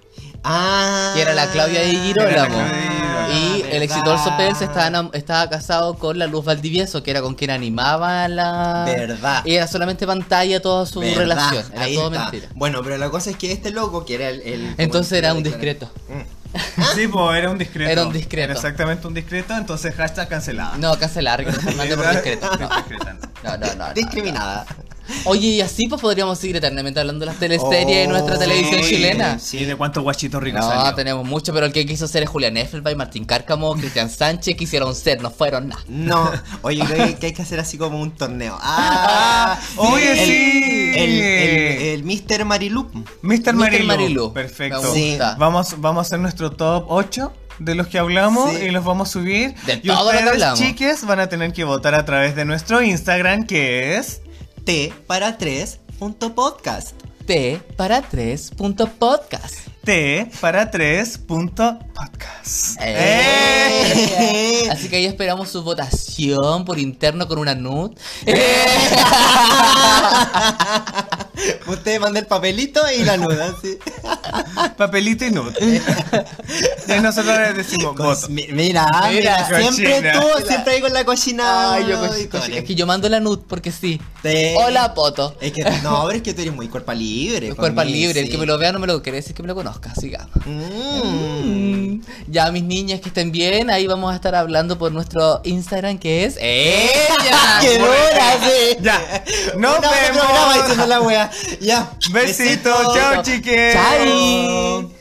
[SPEAKER 1] Ah.
[SPEAKER 3] Que era la Claudia de
[SPEAKER 2] Era la
[SPEAKER 3] Girolamo.
[SPEAKER 2] Claudia de Girolamo.
[SPEAKER 3] Y el exitoso Pels
[SPEAKER 1] Pels
[SPEAKER 3] estaba, enam- estaba casado con la Luz Valdivieso, que era con quien animaba la.
[SPEAKER 1] Verdad.
[SPEAKER 3] Y era solamente pantalla toda su
[SPEAKER 1] ¿Verdad?
[SPEAKER 3] relación. Era
[SPEAKER 1] Ahí
[SPEAKER 3] todo
[SPEAKER 1] está.
[SPEAKER 3] mentira.
[SPEAKER 1] Bueno, pero la cosa es que este loco, que era el. el-
[SPEAKER 3] Entonces era un
[SPEAKER 1] como-
[SPEAKER 3] discreto.
[SPEAKER 2] Sí, pues era un discreto.
[SPEAKER 3] Ah. Era un discreto.
[SPEAKER 2] Era exactamente un discreto, entonces hashtag cancelada.
[SPEAKER 3] No, cancelar, Ricardo Fernández por
[SPEAKER 2] Era-
[SPEAKER 3] discreto.
[SPEAKER 2] discreta, no.
[SPEAKER 3] No, no, no. no.
[SPEAKER 1] Discriminada.
[SPEAKER 3] Oye, y así pues podríamos seguir eternamente hablando de las teleseries de nuestra
[SPEAKER 1] Oh,
[SPEAKER 3] televisión
[SPEAKER 2] Sí,
[SPEAKER 3] chilena.
[SPEAKER 2] Sí, de cuántos guachitos ricos
[SPEAKER 3] No,
[SPEAKER 2] salió.
[SPEAKER 3] tenemos mucho, pero el que quiso hacer es Julián Effelby, Martín Cárcamo, Cristian Sánchez, quisieron ser, no fueron nada.
[SPEAKER 1] No, oye, creo que- que hay que hacer así como un torneo. ¡Ah!
[SPEAKER 2] Oye,
[SPEAKER 1] El-
[SPEAKER 2] sí.
[SPEAKER 1] El, el, el Mr. Marilup.
[SPEAKER 2] Mr. Marilu.
[SPEAKER 3] Marilu. Me
[SPEAKER 2] Perfecto.
[SPEAKER 3] gusta.
[SPEAKER 1] Sí.
[SPEAKER 2] Vamos, vamos a hacer nuestro top 8 de los que hablamos
[SPEAKER 1] Sí.
[SPEAKER 2] y los vamos a subir.
[SPEAKER 3] De
[SPEAKER 2] y
[SPEAKER 3] todo lo que
[SPEAKER 2] ustedes,
[SPEAKER 3] hablamos.
[SPEAKER 2] chiques, van a tener que votar a través de nuestro Instagram, que es...
[SPEAKER 1] T para 3 punto podcast.
[SPEAKER 3] T para 3.podcast.
[SPEAKER 2] T para 3.podcast.
[SPEAKER 3] Eh.
[SPEAKER 2] ¡Eh!
[SPEAKER 1] Eh.
[SPEAKER 3] Así que ahí esperamos su votación por interno con una nud.
[SPEAKER 2] Eh.
[SPEAKER 1] Usted manda el papelito y la nuda, sí.
[SPEAKER 2] Papelito y nude. y nosotros les decimos voto.
[SPEAKER 1] Mi- mira, ah, mira,
[SPEAKER 3] Mira,
[SPEAKER 1] siempre
[SPEAKER 2] cochina.
[SPEAKER 1] tú, siempre ahí con la cochina.
[SPEAKER 3] Ay, yo con-
[SPEAKER 1] y
[SPEAKER 3] con-
[SPEAKER 1] con-
[SPEAKER 3] es que yo mando la nud porque sí.
[SPEAKER 2] Eh.
[SPEAKER 1] Sí.
[SPEAKER 3] Hola, Poto.
[SPEAKER 1] Es que no, pero es que tú eres muy cuerpa libre.
[SPEAKER 3] El
[SPEAKER 1] con
[SPEAKER 3] cuerpo
[SPEAKER 1] mí,
[SPEAKER 3] libre, el
[SPEAKER 1] sí.
[SPEAKER 3] que me lo vea no me lo quiere decir que me lo conozca, sigamos.
[SPEAKER 1] Mm.
[SPEAKER 3] Ya, mis niñas que estén bien, ahí vamos a estar hablando por nuestro Instagram que es. ¡Ella!
[SPEAKER 1] ¡Qué dura, sí!
[SPEAKER 3] Eh.
[SPEAKER 2] Ya. Nos
[SPEAKER 1] No, no, no, no,
[SPEAKER 2] vemos.
[SPEAKER 1] diciendo la wea. Ya.
[SPEAKER 2] Besitos. Chao, chiques.
[SPEAKER 3] ¡Chao!